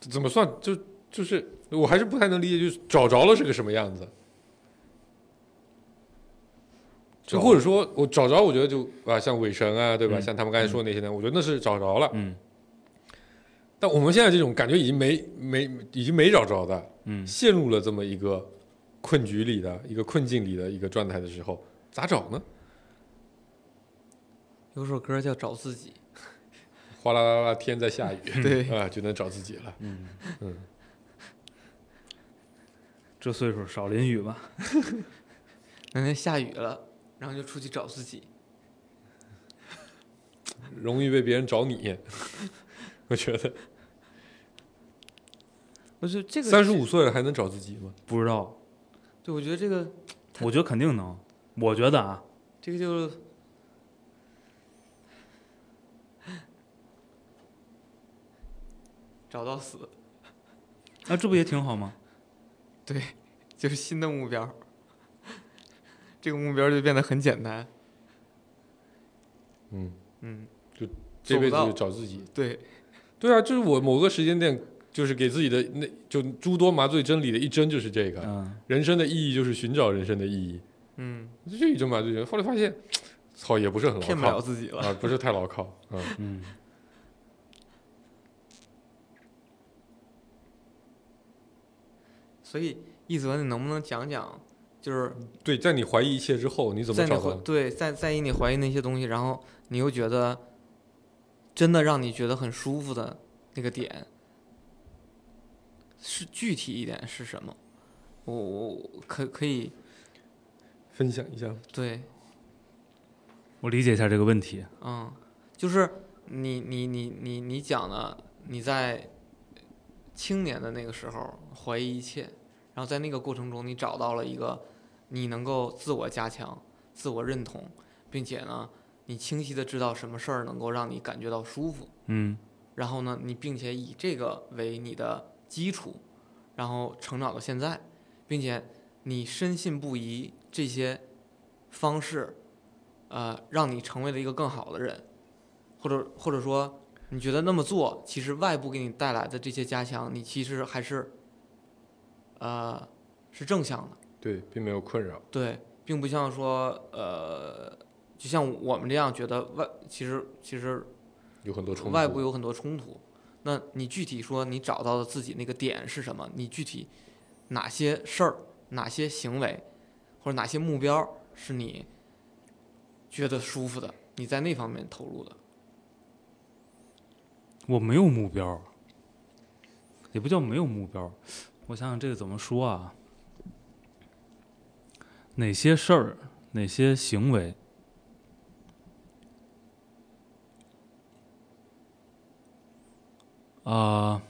Speaker 5: 怎么算？就就是我还是不太能理解，就是找着了是个什么样子。就
Speaker 4: 找
Speaker 5: 或者说我找着，我觉得就啊，像韦神啊，对吧？
Speaker 4: 嗯
Speaker 5: 像他们刚才说的那些呢，我觉得那是找着了。
Speaker 4: 嗯
Speaker 5: 但我们现在这种感觉已经没没已经没找着的，
Speaker 4: 嗯，
Speaker 5: 陷入了这么一个困局里的一个困境里的一个状态的时候，咋找呢？
Speaker 3: 有首歌叫《找自己
Speaker 5: 哗啦啦啦，天在下雨，
Speaker 3: 嗯对
Speaker 5: 啊，就能找自己了。
Speaker 4: 这岁数少淋雨吧。》，
Speaker 3: 那天下雨了，然后就出去找自己。
Speaker 5: 容易被别人找你， 我觉得
Speaker 3: 我觉得这个
Speaker 5: 三十五岁了还能找自己吗？
Speaker 4: 不知道，
Speaker 3: 对，我觉得这个
Speaker 4: 我觉得肯定能。我觉得啊，
Speaker 3: 这个就是 找到死，
Speaker 4: 那、这不也挺好吗？
Speaker 3: 就是新的目标。这个目标就变得很简单。
Speaker 5: 嗯。
Speaker 3: 嗯，
Speaker 5: 这辈
Speaker 3: 走不
Speaker 5: 子就
Speaker 3: 到
Speaker 5: 找自己。
Speaker 3: 对，
Speaker 5: 对啊，就是我某个时间点，就是给自己的那就诸多麻醉针里的一针就是这个，
Speaker 4: 嗯，
Speaker 5: 人生的意义就是寻找人生的意义，
Speaker 3: 嗯，
Speaker 5: 就一针麻醉针。后来发现，操也不是很牢
Speaker 3: 骗不了
Speaker 5: 靠
Speaker 3: 自己了。
Speaker 5: 啊，不是太牢靠啊。
Speaker 4: 嗯，
Speaker 3: 所以，一泽，你能不能讲讲，就是
Speaker 5: 对，在你怀疑一切之后，你怎么
Speaker 3: 在你
Speaker 5: 找
Speaker 3: 怀
Speaker 5: 到？
Speaker 3: 对在在意你怀疑那些东西，然后你又觉得真的让你觉得很舒服的那个点，是具体一点是什么？我我可可以
Speaker 5: 分享一下。
Speaker 3: 对，
Speaker 4: 我理解一下这个问题。
Speaker 3: 嗯，就是你你你你你讲的，你在青年的那个时候怀疑一切，然后在那个过程中，你找到了一个你能够自我加强、自我认同，并且呢，你清晰的知道什么事儿能够让你感觉到舒服，
Speaker 4: 嗯
Speaker 3: 然后呢，你并且以这个为你的基础，然后成长到现在，并且你深信不疑这些方式呃，让你成为了一个更好的人，或者或者说你觉得那么做，其实外部给你带来的这些加强，你其实还是，呃，是正向的，
Speaker 5: 对，并没有困扰。
Speaker 3: 对，并不像说呃，就像我们这样觉得外，其实其实
Speaker 5: 有很多冲
Speaker 3: 呃
Speaker 5: 突。
Speaker 3: 外部有很多冲突。那你具体说你找到的自己那个点是什么？你具体哪些事儿、哪些行为或者哪些目标是你觉得舒服的？你在那方面投入的，
Speaker 4: 我没有目标，也不叫没有目标。我想想这个怎么说啊？哪些事儿，哪些行为，啊、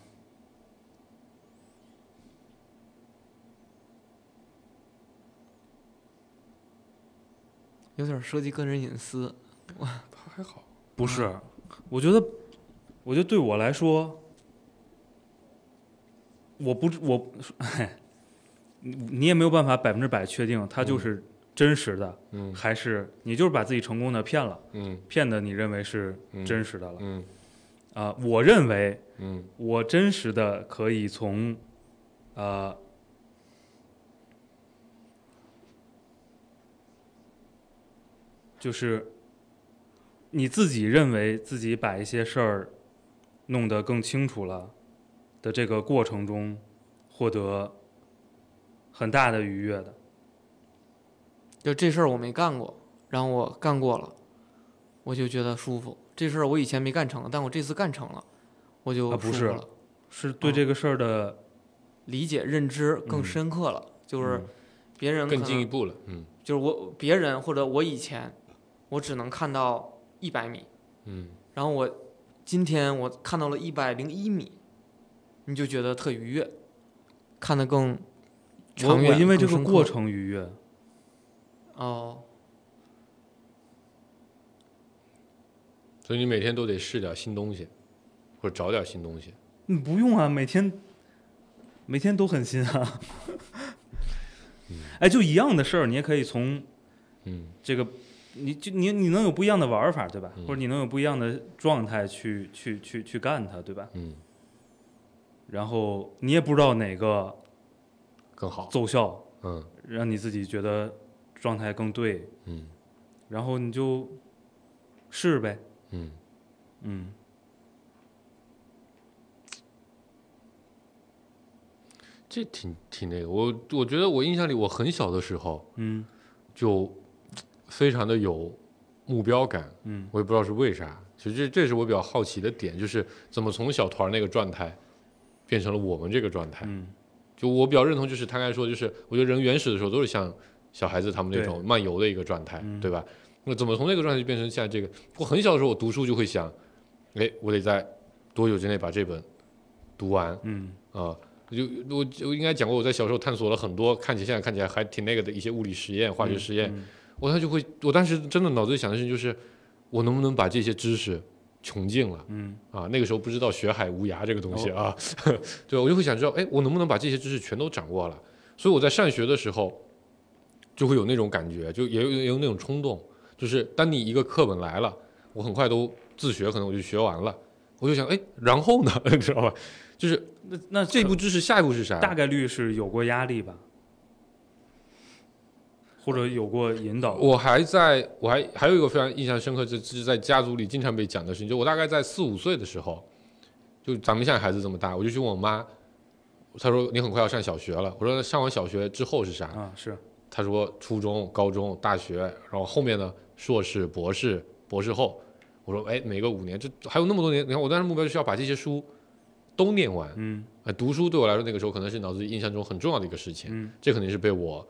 Speaker 3: 有点涉及个人隐私。
Speaker 5: 啊还好，
Speaker 4: 不是，啊我觉得，我觉得对我来说，我不我， 你你也没有办法百分之百确定它就是真实的，
Speaker 5: 嗯
Speaker 4: 还是你就是把自己成功的骗了，
Speaker 5: 嗯
Speaker 4: 骗的你认为是
Speaker 5: 嗯
Speaker 4: 真实的了
Speaker 5: 嗯
Speaker 4: 啊、我认为
Speaker 5: 嗯
Speaker 4: 我真实的可以从，呃，就是你自己认为自己把一些事儿弄得更清楚了的这个过程中，获得很大的愉悦的。
Speaker 3: 就这事儿我没干过，然后我干过了，我就觉得舒服。这事儿我以前没干成，但我这次干成了，我就
Speaker 4: 啊不
Speaker 3: 舒服
Speaker 4: 是
Speaker 3: 了。
Speaker 4: 是
Speaker 3: 哦
Speaker 4: 对这个事儿的，
Speaker 3: 理解认知更深刻了，就是别人可
Speaker 5: 更
Speaker 3: 能
Speaker 5: 进一步了。嗯
Speaker 3: 就是我别人或者我以前，我只能看到一百米，
Speaker 5: 嗯
Speaker 3: 然后我今天我看到了一百零一米，你就觉得特愉悦，看得更
Speaker 4: 我
Speaker 3: 长
Speaker 4: 我
Speaker 3: 远。
Speaker 4: 因为这
Speaker 3: 更
Speaker 4: 个
Speaker 3: 深刻
Speaker 4: 过程愉悦，
Speaker 3: 哦，
Speaker 5: 所以你每天都得试点新东西，或者找点新东西。
Speaker 4: 你不用啊，每天每天都很新啊。 哎，就一样的事儿，你也可以从
Speaker 5: 嗯
Speaker 4: 这个，你就你你能有不一样的玩儿法，对吧？
Speaker 5: 嗯
Speaker 4: 或者你能有不一样的状态去去去去干它，对吧？
Speaker 5: 嗯，
Speaker 4: 然后你也不知道哪个
Speaker 5: 更好。
Speaker 4: 奏效
Speaker 5: 嗯
Speaker 4: 让你自己觉得状态更对，
Speaker 5: 嗯
Speaker 4: 然后你就试呗，
Speaker 5: 嗯，
Speaker 4: 嗯，
Speaker 5: 这挺挺那个。我我觉得我印象里，我很小的时候
Speaker 4: 嗯
Speaker 5: 就非常的有目标感。
Speaker 4: 嗯，
Speaker 5: 我也不知道是为啥。其实这这是我比较好奇的点，就是怎么从小团儿那个状态变成了我们这个状态。
Speaker 4: 嗯，
Speaker 5: 就我比较认同，就是他刚才说，就是我觉得人原始的时候都是像小孩子他们那种漫游的一个状态，对吧？那怎么从那个状态就变成现在这个？我很小的时候，我读书就会想，哎，我得在多久之内把这本读完
Speaker 4: 嗯
Speaker 5: 啊？就我就应该讲过，我在小时候探索了很多看起现在看起来还挺那个的一些物理实验、化学实验，
Speaker 4: 嗯
Speaker 5: 我当时就会，我当时真的脑子里想的事情就是，我能不能把这些知识穷尽了。
Speaker 4: 嗯哦
Speaker 5: 啊，那个时候不知道学海无涯这个东西啊， 对，我就会想知道，哎，我能不能把这些知识全都掌握了？所以我在上学的时候，就会有那种感觉，就也有也有那种冲动，就是当你一个课本来了，我很快都自学，可能我就学完了，我就想，哎，然后呢， 你知道吧？就是
Speaker 4: 那那
Speaker 5: 这一
Speaker 4: 可
Speaker 5: 步知识，下一步是啥？
Speaker 4: 大概率是有过压力吧，或者有过引导吧，
Speaker 5: 我还在我还还有一个非常印象深刻，这这是在家族里经常被讲的事情。就我大概在四五岁的时候，就咱们现在孩子这么大，我就去问我妈，她说你很快要上小学了。我说上完小学之后是啥？
Speaker 4: 啊是，
Speaker 5: 她说初中、高中、大学，然后后面呢硕士、博士、博士后。我说哎，每个五年，这还有那么多年。你看我当时目标就是要把这些书都念完。
Speaker 4: 嗯
Speaker 5: 呃，读书对我来说那个时候可能是脑子里印象中很重要的一个事情，
Speaker 4: 嗯
Speaker 5: 这肯定是被我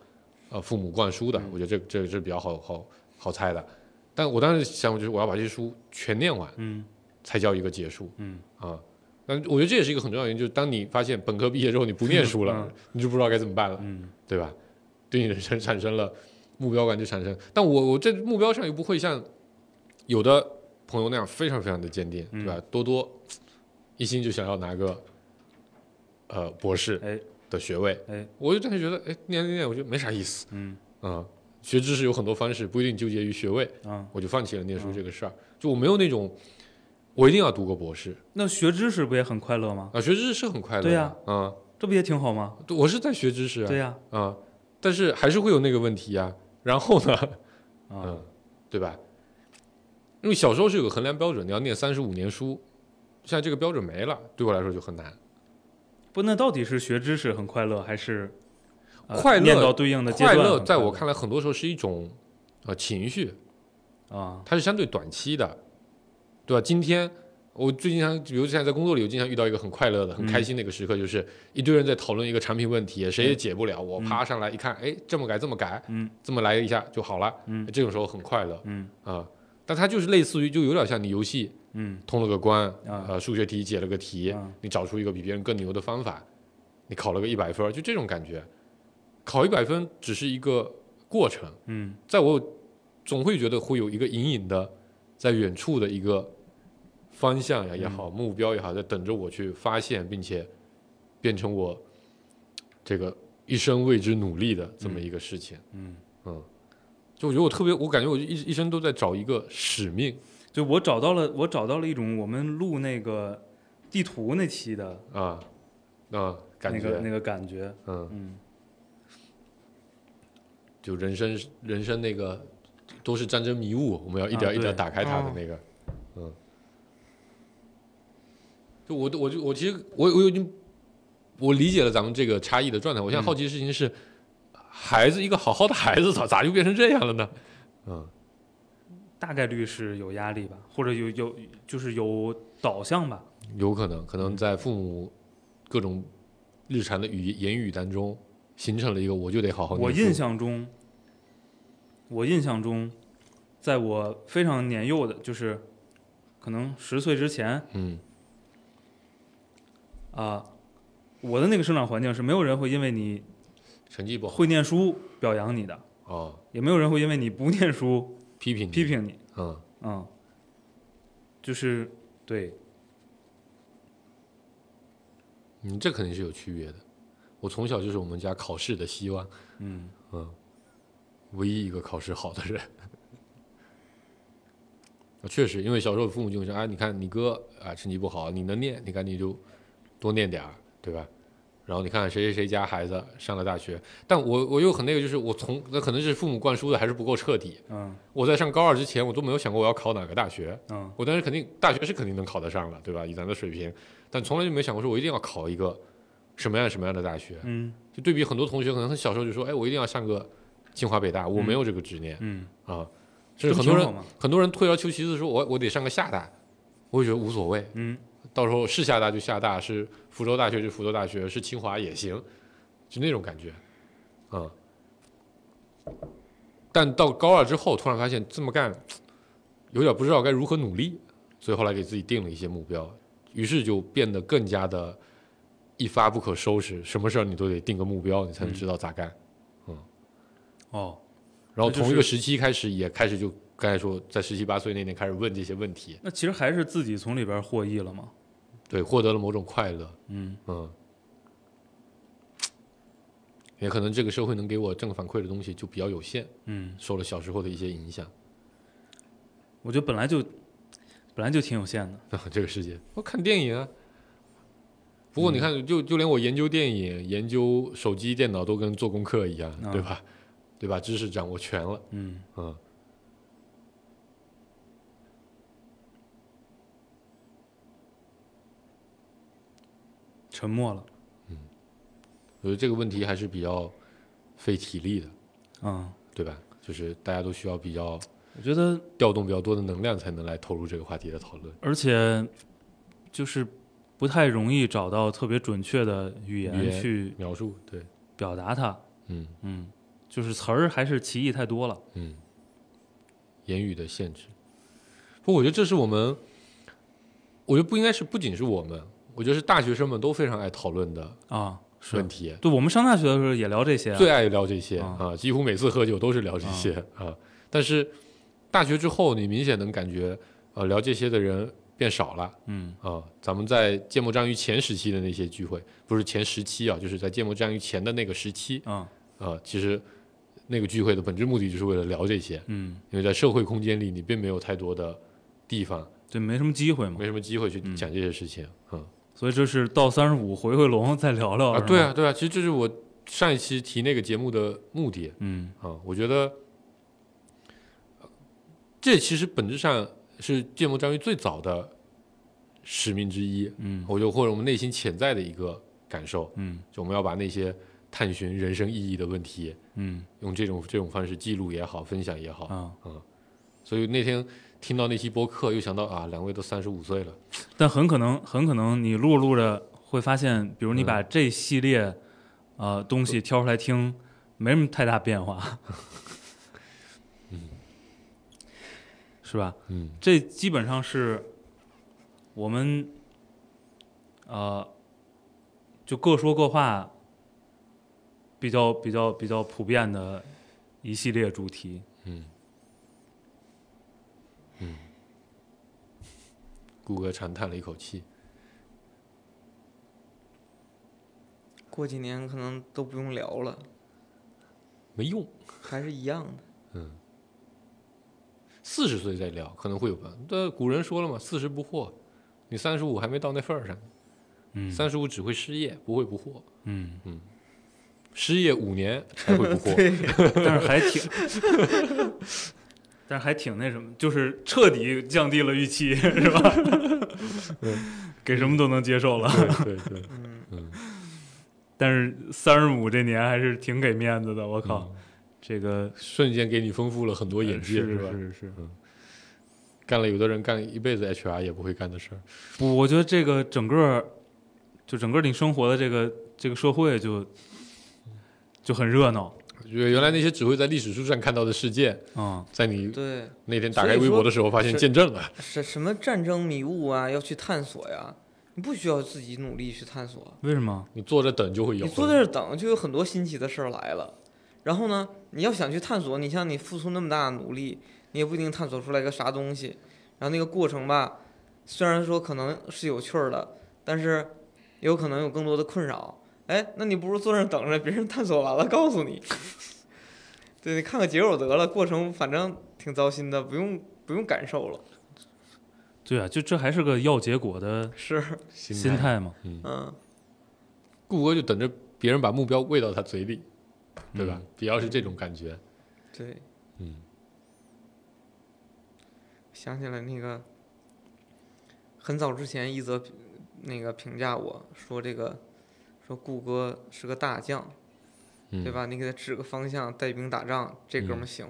Speaker 5: 呃父母灌输的，我觉得这这这比较好好好猜的。但我当时想，就是我要把这些书全念完
Speaker 4: 嗯
Speaker 5: 才叫一个结束
Speaker 4: 嗯，
Speaker 5: 啊。但我觉得这也是一个很重要的原因，就是当你发现本科毕业之后你不念书了，
Speaker 4: 嗯
Speaker 5: 你就不知道该怎么办了，
Speaker 4: 嗯
Speaker 5: 对吧？对你人生产生了目标感，就产生。但我我这目标上又不会像有的朋友那样非常非常的坚定，
Speaker 4: 嗯
Speaker 5: 对吧？多多一心就想要拿个呃博士
Speaker 4: 哎
Speaker 5: 的学位，
Speaker 4: 哎，
Speaker 5: 我就当时觉得，哎，念念念，我觉得没啥意思，
Speaker 4: 嗯
Speaker 5: 嗯，学知识有很多方式，不一定纠结于学位，
Speaker 4: 啊。
Speaker 5: 我就放弃了念书这个事儿。就我没有那种，我一定要读个博士
Speaker 4: 那学知识不也很快乐吗？
Speaker 5: 啊，学知识是很快乐的。
Speaker 4: 对呀
Speaker 5: 啊，
Speaker 4: 这不也挺好吗？
Speaker 5: 对我是在学知识啊，
Speaker 4: 对呀，
Speaker 5: 啊，但是还是会有那个问题呀、然后呢，
Speaker 4: 啊
Speaker 5: 嗯，对吧？因为小时候是有个衡量标准，你要念三十五年书，现在这个标准没了，对我来说就很难。
Speaker 4: 不，那到底是学知识很快乐，还是呃
Speaker 5: 快乐
Speaker 4: 念到对应的阶
Speaker 5: 快
Speaker 4: 段很快
Speaker 5: 乐在我看来，很多时候是一种呃情绪，
Speaker 4: 来啊，
Speaker 5: 它是相对短期的，对吧？今天我最经常，比如现在在工作里，我经常遇到一个很快乐的、很开心的一个时刻，就是一堆人在讨论一个产品问题，谁也解不了。我爬上来一看，哎，这么改，这么改，
Speaker 4: 嗯，
Speaker 5: 这么来一下就好了。
Speaker 4: 嗯
Speaker 5: 这种时候很快乐
Speaker 4: 嗯
Speaker 5: 啊。但它就是类似于，就有点像你游戏
Speaker 4: 嗯
Speaker 5: 通了个关，
Speaker 4: 啊
Speaker 5: 呃，数学题解了个题
Speaker 4: 啊，
Speaker 5: 你找出一个比别人更牛的方法，你考了个一百分，就这种感觉。考一百分只是一个过程，
Speaker 4: 嗯
Speaker 5: 在我总会觉得会有一个隐隐的在远处的一个方向呀也好，目标也好，在等着我去发现，并且变成我这个一生为之努力的这么一个事情。
Speaker 4: 嗯，
Speaker 5: 就我觉得我特别，我感觉我一一生都在找一个使命
Speaker 4: 就我找到了，我找到了一种我们录那个地图那期的
Speaker 5: 啊啊，感
Speaker 4: 那
Speaker 5: 觉、
Speaker 4: 个那个感觉，
Speaker 5: 嗯，
Speaker 4: 嗯
Speaker 5: 就人生人生那个都是战争迷雾，我们要一点
Speaker 4: 啊
Speaker 5: 一点
Speaker 4: 对
Speaker 5: 打开它的那个，嗯。就我我就我其实我我已经我理解了咱们这个差异的状态。我现在好奇的事情是，孩子一个好好的孩子咋咋就变成这样了呢？嗯，
Speaker 4: 大概率是有压力吧，或者有有就是有导向吧，
Speaker 5: 有可能可能在父母各种日常的语言语当中形成了一个我就得好好念
Speaker 4: 我
Speaker 5: 书。
Speaker 4: 印象中，我印象中，在我非常年幼的，就是可能十岁之前啊、
Speaker 5: 嗯
Speaker 4: 我的那个生长环境是没有人会因为你
Speaker 5: 成绩不好
Speaker 4: 会念书表扬你的，
Speaker 5: 哦，
Speaker 4: 也没有人会因为你不念书
Speaker 5: 批评你
Speaker 4: 批评你。
Speaker 5: 嗯
Speaker 4: 嗯，就是对，
Speaker 5: 嗯，这肯定是有区别的。我从小就是我们家考试的希望。
Speaker 4: 嗯，
Speaker 5: 唯一一个考试好的人。 确实，因为小时候父母就会说：“啊，你看你哥啊成绩不好，你能念，你看你就多念点儿，对吧？”然后你看谁谁谁家孩子上了大学，但我我又很那个，就是我从那可能是父母灌输的还是不够彻底。
Speaker 4: 嗯
Speaker 5: 我在上高二之前，我都没有想过我要考哪个大学。
Speaker 4: 嗯
Speaker 5: 我当时肯定大学是肯定能考得上了，对吧？以咱的水平，但从来就没想过说我一定要考一个什么样什么样的大学。
Speaker 4: 嗯
Speaker 5: 就对比很多同学，可能很小时候就说：“哎，我一定要上个清华北大。”我没有这个执念。
Speaker 4: 嗯，
Speaker 5: 啊，
Speaker 4: 这
Speaker 5: 甚
Speaker 4: 不
Speaker 5: 至很多
Speaker 4: 挺好
Speaker 5: 人
Speaker 4: 吗
Speaker 5: 很多人退而求其次说我我得上个厦大，我也觉得无所谓，
Speaker 4: 嗯，
Speaker 5: 到时候是厦大就厦大，是福州大学就福州大学，是清华也行，就那种感觉，啊、但到高二之后，突然发现这么干有点不知道该如何努力，所以后来给自己定了一些目标，于是就变得更加的一发不可收拾，什么事儿你都得定个目标，你才能知道咋干。
Speaker 4: 哦，
Speaker 5: 然
Speaker 4: 嗯那
Speaker 5: 后
Speaker 4: 就
Speaker 5: 同一个
Speaker 4: 是
Speaker 5: 时期开始，也开始就刚才说，在十七八岁那年开始问这些问题，
Speaker 4: 那其实还是自己从里边获益了嘛，
Speaker 5: 对，获得了某种快乐，
Speaker 4: 嗯
Speaker 5: 嗯，也可能这个社会能给我正反馈的东西就比较有限，
Speaker 4: 嗯，
Speaker 5: 受了小时候的一些影响。
Speaker 4: 我觉得本来就本来就挺有限的，
Speaker 5: 这个世界，嗯我看电影啊。不过你看，就就连我研究电影、研究手机、电脑都跟做功课一样，
Speaker 4: 啊
Speaker 5: 对吧？对吧？知识掌握全了。
Speaker 4: 嗯。
Speaker 5: 嗯，
Speaker 4: 沉默了。
Speaker 5: 我觉得这个问题还是比较费体力的，
Speaker 4: 嗯，
Speaker 5: 对吧？就是大家都需要比较
Speaker 4: 我觉得，
Speaker 5: 调动比较多的能量才能来投入这个话题的讨论。
Speaker 4: 而且就是不太容易找到特别准确的语
Speaker 5: 语
Speaker 4: 言
Speaker 5: 言
Speaker 4: 去
Speaker 5: 描述对，
Speaker 4: 表达它。
Speaker 5: 嗯
Speaker 4: 嗯，就是词儿还是歧义太多了。
Speaker 5: 嗯，言语的限制。不，我觉得这是我们，我觉得不应该是不仅是我们，我觉得是大学生们都非常爱讨论的
Speaker 4: 啊，
Speaker 5: 问题，
Speaker 4: 对，我们上大学的时候也聊这些啊。
Speaker 5: 最爱聊这些
Speaker 4: 啊
Speaker 5: 啊，几乎每次喝酒都是聊这些啊。但是大学之后，你明显能感觉，呃，聊这些的人变少了。
Speaker 4: 嗯
Speaker 5: 啊，咱们在芥末章鱼前时期的那些聚会，不是前时期啊，就是在芥末章鱼前的那个时期
Speaker 4: 啊
Speaker 5: 啊，其实那个聚会的本质目的就是为了聊这些，
Speaker 4: 嗯，
Speaker 5: 因为在社会空间里，你并没有太多的地方，
Speaker 4: 对，没什么机会嘛
Speaker 5: 没。什么机会去讲这些事情。嗯，
Speaker 4: 所以这是到三十五回回笼再聊聊
Speaker 5: 啊，
Speaker 4: 哦
Speaker 5: 对，
Speaker 4: 是
Speaker 5: 啊，
Speaker 4: 吗
Speaker 5: 对啊，其实这是我上一期提那个节目的目的
Speaker 4: 嗯
Speaker 5: 啊。我觉得呃这其实本质上是芥末章鱼最早的使命之一，
Speaker 4: 嗯
Speaker 5: 我就或者我们内心潜在的一个感受，
Speaker 4: 嗯
Speaker 5: 就我们要把那些探寻人生意义的问题，
Speaker 4: 嗯
Speaker 5: 用这种这种方式记录也好，分享也好。
Speaker 4: 啊，
Speaker 5: 所以那天听到那期播客，又想到啊，两位都三十五岁了，
Speaker 4: 但很可能很可能你录着录着会发现，比如你
Speaker 5: 嗯
Speaker 4: 把这系列呃东西挑出来听，没什么太大变化，是吧？
Speaker 5: 嗯，
Speaker 4: 这基本上是我们呃，就各说各话，比较比较比较普遍的一系列主题。
Speaker 5: 顾哥长叹了一口气，
Speaker 3: 过几年可能都不用聊了，
Speaker 5: 没用。
Speaker 3: 还是一样的。
Speaker 5: 四十岁再聊可能会有吧，但古人说了嘛，四十不惑，你三十五还没到那份儿上，
Speaker 4: 嗯
Speaker 5: 三十五只会失业，不会不惑，
Speaker 4: 嗯，
Speaker 5: 失业五年才会不惑。
Speaker 3: 对，
Speaker 4: 但是还挺，但是还挺那什么，就是彻底降低了预期， 是吧？给什么都能接受了，
Speaker 5: 对对对，
Speaker 3: 嗯，
Speaker 5: 嗯，
Speaker 4: 但是三十五这年还是挺给面子的，我靠，
Speaker 5: 嗯
Speaker 4: 这个
Speaker 5: 瞬间给你丰富了很多眼界，
Speaker 3: 呃
Speaker 4: 是
Speaker 5: 吧？
Speaker 4: 是
Speaker 5: 嗯
Speaker 4: 是。
Speaker 5: 干了有的人干一辈子 HR 也不会干的事儿，
Speaker 4: 不，我觉得这个整个，就整个你生活的这个这个社会就就很热闹，
Speaker 5: 我觉得原来那些只会在历史书上看到的事件，
Speaker 4: 嗯
Speaker 5: 在你
Speaker 3: 对，
Speaker 5: 那天打开微博的时候发现
Speaker 3: 是
Speaker 5: 见证了。
Speaker 3: 什什么战争迷雾啊，要去探索呀，你不需要自己努力去探索，
Speaker 4: 为什么？
Speaker 5: 你坐着等就会有。
Speaker 3: 你坐在这儿等，就有很多新奇的事儿来了。然后呢，你要想去探索，你像你付出那么大的努力，你也不一定探索出来个啥东西。然后那个过程吧，虽然说可能是有趣儿的，但是也有可能有更多的困扰。哎，那你不如坐那儿等着，别人探索完了告诉你。 对，你看个结果得了，过程反正挺糟心的，不用不用感受了。
Speaker 4: 对啊，就这还是个要结果的
Speaker 3: 是，
Speaker 5: 心
Speaker 4: 心态嘛，
Speaker 5: 嗯，
Speaker 3: 嗯，
Speaker 5: 顾哥就等着别人把目标喂到他嘴里，对吧？比较是这种感觉。
Speaker 3: 对。
Speaker 5: 嗯
Speaker 3: 想起来那个很早之前一则评那个评价我说这个说顾哥是个大将，
Speaker 5: 嗯，嗯
Speaker 3: 对？吧？你给他指个方向，带兵打仗，这哥们儿行。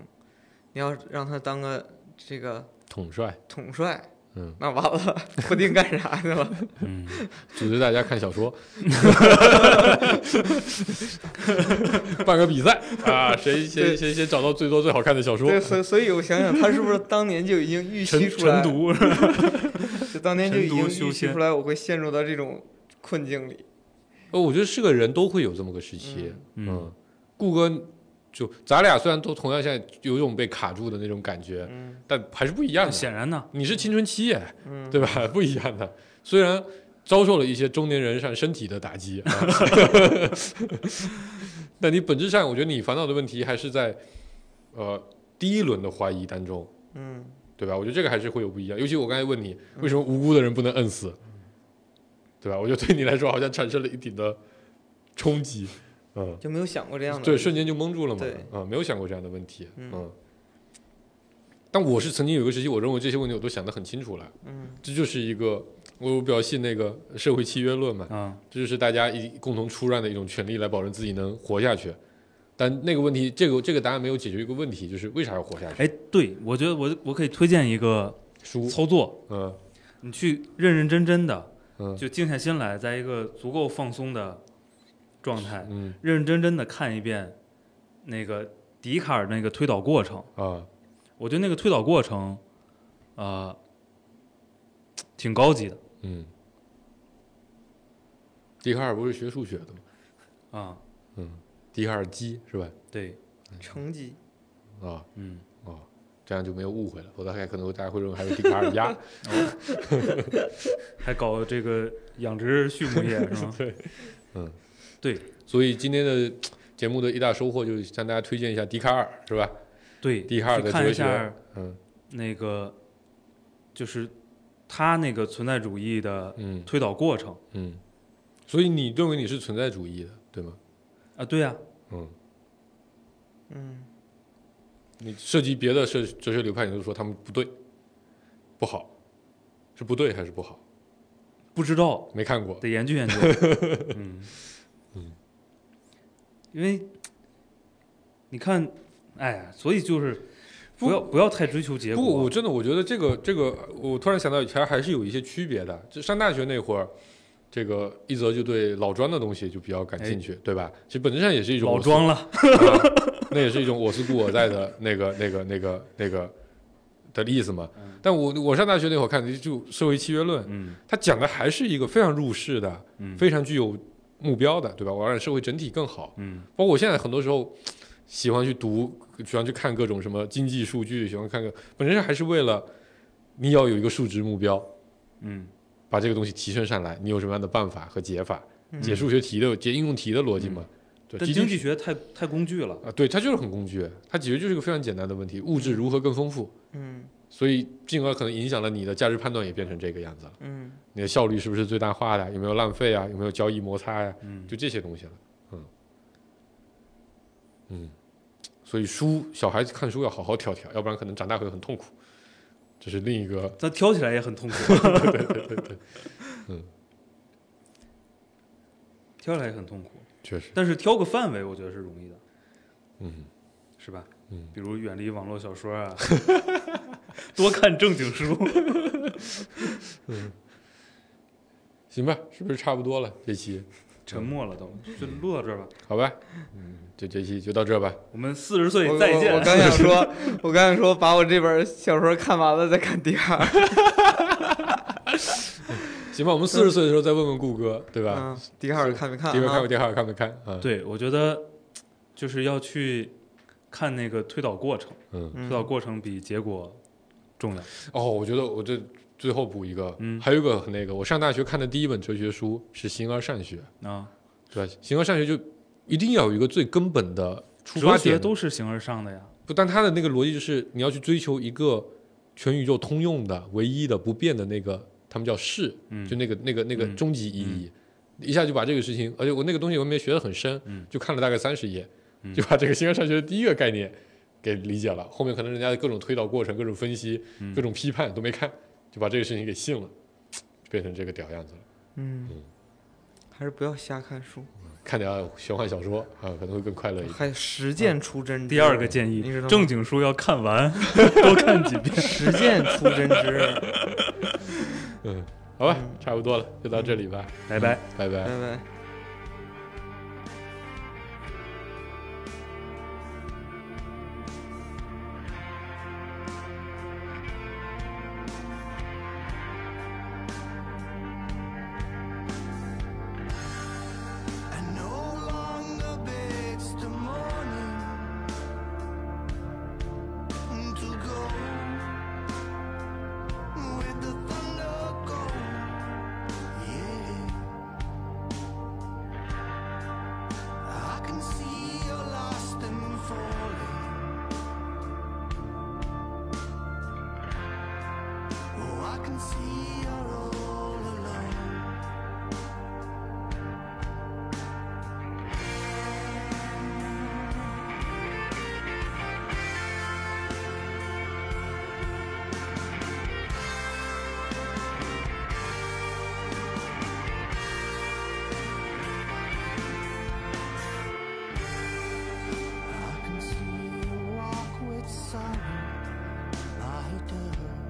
Speaker 3: 你要让他当个这个
Speaker 5: 统帅，
Speaker 3: 统帅，
Speaker 5: 嗯，
Speaker 3: 那完了，不定干啥去了。
Speaker 4: 嗯，
Speaker 5: 组织大家看小说， 办个比赛啊，谁谁
Speaker 3: 对
Speaker 5: 谁谁找到最多最好看的小说
Speaker 3: 对，，所以所以我想想，他是不是当年就已经预
Speaker 4: 晨
Speaker 3: 期出来
Speaker 4: 晨，读，
Speaker 3: 就当年就已
Speaker 4: 晨读
Speaker 3: 经
Speaker 4: 修
Speaker 3: 预期
Speaker 4: 仙
Speaker 3: 出来我会陷入到这种困境里。
Speaker 5: 呃，我觉得是个人都会有这么个时期。
Speaker 4: 嗯
Speaker 5: 嗯，顾哥就咱俩虽然都同样现在有一种被卡住的那种感觉，
Speaker 3: 嗯
Speaker 5: 但还是不一样的。
Speaker 4: 显然呢，
Speaker 5: 你是青春期耶，
Speaker 3: 嗯，
Speaker 5: 对吧？ 不一样的，虽然遭受了一些中年人上身体的打击，啊、 但你本质上，我觉得你烦恼的问题还是在呃第一轮的怀疑当中，
Speaker 3: 嗯
Speaker 5: 对吧？我觉得这个还是会有不一样。尤其我刚才问你，为什么无辜的人不能摁死，对吧？我觉得对你来说好像产生了一定的冲击，嗯，
Speaker 3: 就没有想过这样的。
Speaker 5: 对，瞬间就蒙住了嘛
Speaker 3: 对，
Speaker 5: 啊、没有想过这样的问题，
Speaker 3: 嗯
Speaker 5: 嗯但我是曾经有一个时期，我认为这些问题我都想得很清楚了。
Speaker 3: 嗯
Speaker 5: 这就是一个我表信那个社会契约论嘛，
Speaker 4: 啊，
Speaker 5: 这就是大家一共同出让的一种权利，来保证自己能活下去。但那个问题，这个这个答案没有解决一个问题，就是为啥要活下去？
Speaker 4: 哎，对我觉得我我可以推荐一个
Speaker 5: 书，
Speaker 4: 操作，
Speaker 5: 嗯
Speaker 4: 你去认认真真的，
Speaker 5: 嗯
Speaker 4: 就静下心来，在一个足够放松的状态，
Speaker 5: 嗯
Speaker 4: 认认真真的看一遍那个笛卡尔那个推导过程。
Speaker 5: 啊
Speaker 4: 我觉得那个推导过程，呃，挺高级的
Speaker 5: 嗯，笛卡尔不是学数学的吗？
Speaker 4: 啊。
Speaker 5: 嗯，笛卡尔基是吧？
Speaker 4: 对，
Speaker 3: 成绩
Speaker 5: 啊
Speaker 4: 嗯，
Speaker 5: 啊，这样就没有误会了，否则还可能大家会认为还是笛卡尔 鸭。
Speaker 4: 还搞这 个养殖畜牧业是吗？
Speaker 5: 对，嗯，
Speaker 4: 对，
Speaker 5: 所以今天的今节目的一大收获就是向大家推荐一下笛卡尔，是吧？
Speaker 4: 对，
Speaker 5: 笛卡尔
Speaker 4: 去
Speaker 5: 的
Speaker 4: 看一
Speaker 5: 哲学
Speaker 4: 下
Speaker 5: 嗯
Speaker 4: 那个，就是他那个存在主义的
Speaker 5: 嗯
Speaker 4: 推导过程
Speaker 5: 嗯。所以你认为你是存在主义的，对吗？
Speaker 4: 啊，对呀、
Speaker 5: 嗯，
Speaker 3: 嗯，
Speaker 5: 你涉及别的哲哲学流派，你就说他们不对，不好，是不对还是不好？
Speaker 4: 不知道
Speaker 5: 没看过，
Speaker 4: 得研究研究。嗯
Speaker 5: 嗯，
Speaker 4: 因为你看，哎呀，所以就是不要不要太追求结
Speaker 5: 不过
Speaker 4: 果。
Speaker 5: 我真的我觉得这个这个，我突然想到，其实还是有一些区别的。就上大学那会儿，这个一泽就对老庄的东西就比较感兴趣，对吧？其实本质上也是一种
Speaker 4: 哎老
Speaker 5: 我思
Speaker 4: 庄了，
Speaker 5: 啊 那也是一种我思故我在的那个、那个、那个、那个的意思嘛。但我我上大学那会儿看就《社会契约论》，
Speaker 4: 嗯
Speaker 5: 它讲的还是一个非常入世的、
Speaker 4: 嗯
Speaker 5: 非常具有目标的，对吧？我要让社会整体更好。
Speaker 4: 嗯
Speaker 5: 包括我现在很多时候喜欢去读，喜欢去看各种什么经济数据，喜欢看个，本身还是为了你要有一个数值目标，
Speaker 4: 嗯
Speaker 5: 把这个东西提升上来，你有什么样的办法和解法？
Speaker 3: 嗯
Speaker 5: 解数学题的解应用题的逻辑嘛？对，
Speaker 4: 但
Speaker 5: 基
Speaker 4: 嗯经
Speaker 5: 金
Speaker 4: 济学太太工具了。
Speaker 5: 啊，对，它就是很工具，它解决就是一个非常简单的问题：物质如何更丰富。
Speaker 3: 嗯
Speaker 5: 所以，进而可能影响了你的价值判断，也变成这个样子了。
Speaker 3: 嗯
Speaker 5: 你的效率是不是最大化的？有没有浪费啊？有没有交易摩擦呀、
Speaker 4: 嗯，
Speaker 5: 就这些东西了。嗯，嗯，所以书，小孩子看书要好好挑挑，要不然可能长大会很痛苦。这是另一个，
Speaker 4: 咱挑起来也很 痛苦，嗯挑起来也很痛苦。
Speaker 5: 确实，
Speaker 4: 但是挑个范围，我觉得是容易的，
Speaker 5: 嗯
Speaker 4: 是吧？
Speaker 5: 嗯，
Speaker 4: 比如远离网络小说啊， 多看正经书。
Speaker 5: 行吧，是不是差不多了？这期
Speaker 4: 沉默了都，就录到这儿吧。
Speaker 5: 好吧，嗯，就这期就到这吧。
Speaker 4: 我们四十岁
Speaker 3: 我
Speaker 4: 再见。
Speaker 3: 我我刚想说， 我刚想说，把我这本小说看完了再看第二。
Speaker 5: 行吧，我们四十岁的时候再问问顾哥，对吧？
Speaker 3: 嗯，笛卡尔看没看啊？
Speaker 5: 第一个看过，第二个看没看？啊，，
Speaker 4: 对，我觉得就是要去看那个推导过程，
Speaker 5: 嗯，
Speaker 4: 推
Speaker 3: 嗯
Speaker 4: 导过程比结果重要。
Speaker 5: 哦，我觉得我这最后补一个，
Speaker 4: 嗯
Speaker 5: 还有一个那个，我上大学看的第一本哲学书是《形而上学》，
Speaker 4: 啊，
Speaker 5: 对吧？《形而上学》就一定要有一个最根本的出发
Speaker 4: 哲学
Speaker 5: 点，
Speaker 4: 都是形而上的呀。
Speaker 5: 不，但他的那个逻辑就是你要去追求一个全宇宙通用的、唯一的、不变的那个，他们叫是，
Speaker 4: 嗯
Speaker 5: 就那个那个那个
Speaker 4: 嗯
Speaker 5: 终极意义，一下就把这个事情，而且我那个东西我也没学得很深，
Speaker 4: 嗯
Speaker 5: 就看了大概三十页，
Speaker 4: 嗯
Speaker 5: 就把这个形而上学的第一个概念给理解了，后面可能人家的各种推导过程、各种分析、
Speaker 4: 嗯
Speaker 5: 各种批判都没看，就把这个事情给信了，就变成这个屌样子了。
Speaker 3: 嗯，还是不要瞎看书，
Speaker 5: 看点儿玄幻小说啊，可能会更快乐一点。
Speaker 3: 还有实践出真知。
Speaker 4: 第二个建议
Speaker 3: 你知道，吗
Speaker 4: 正经书要看 完，多看几遍。
Speaker 3: 实践出真知。
Speaker 5: 嗯，好吧
Speaker 3: 嗯，
Speaker 5: 差不多了，就到这里吧，
Speaker 4: 拜拜。
Speaker 5: 拜拜
Speaker 3: 拜。拜。
Speaker 2: I no longer begs the morning to go with the thunder go. Yeah, I can see you're lost and falling. Oh, I can see you're all alone. I can see you walk with sorrow by the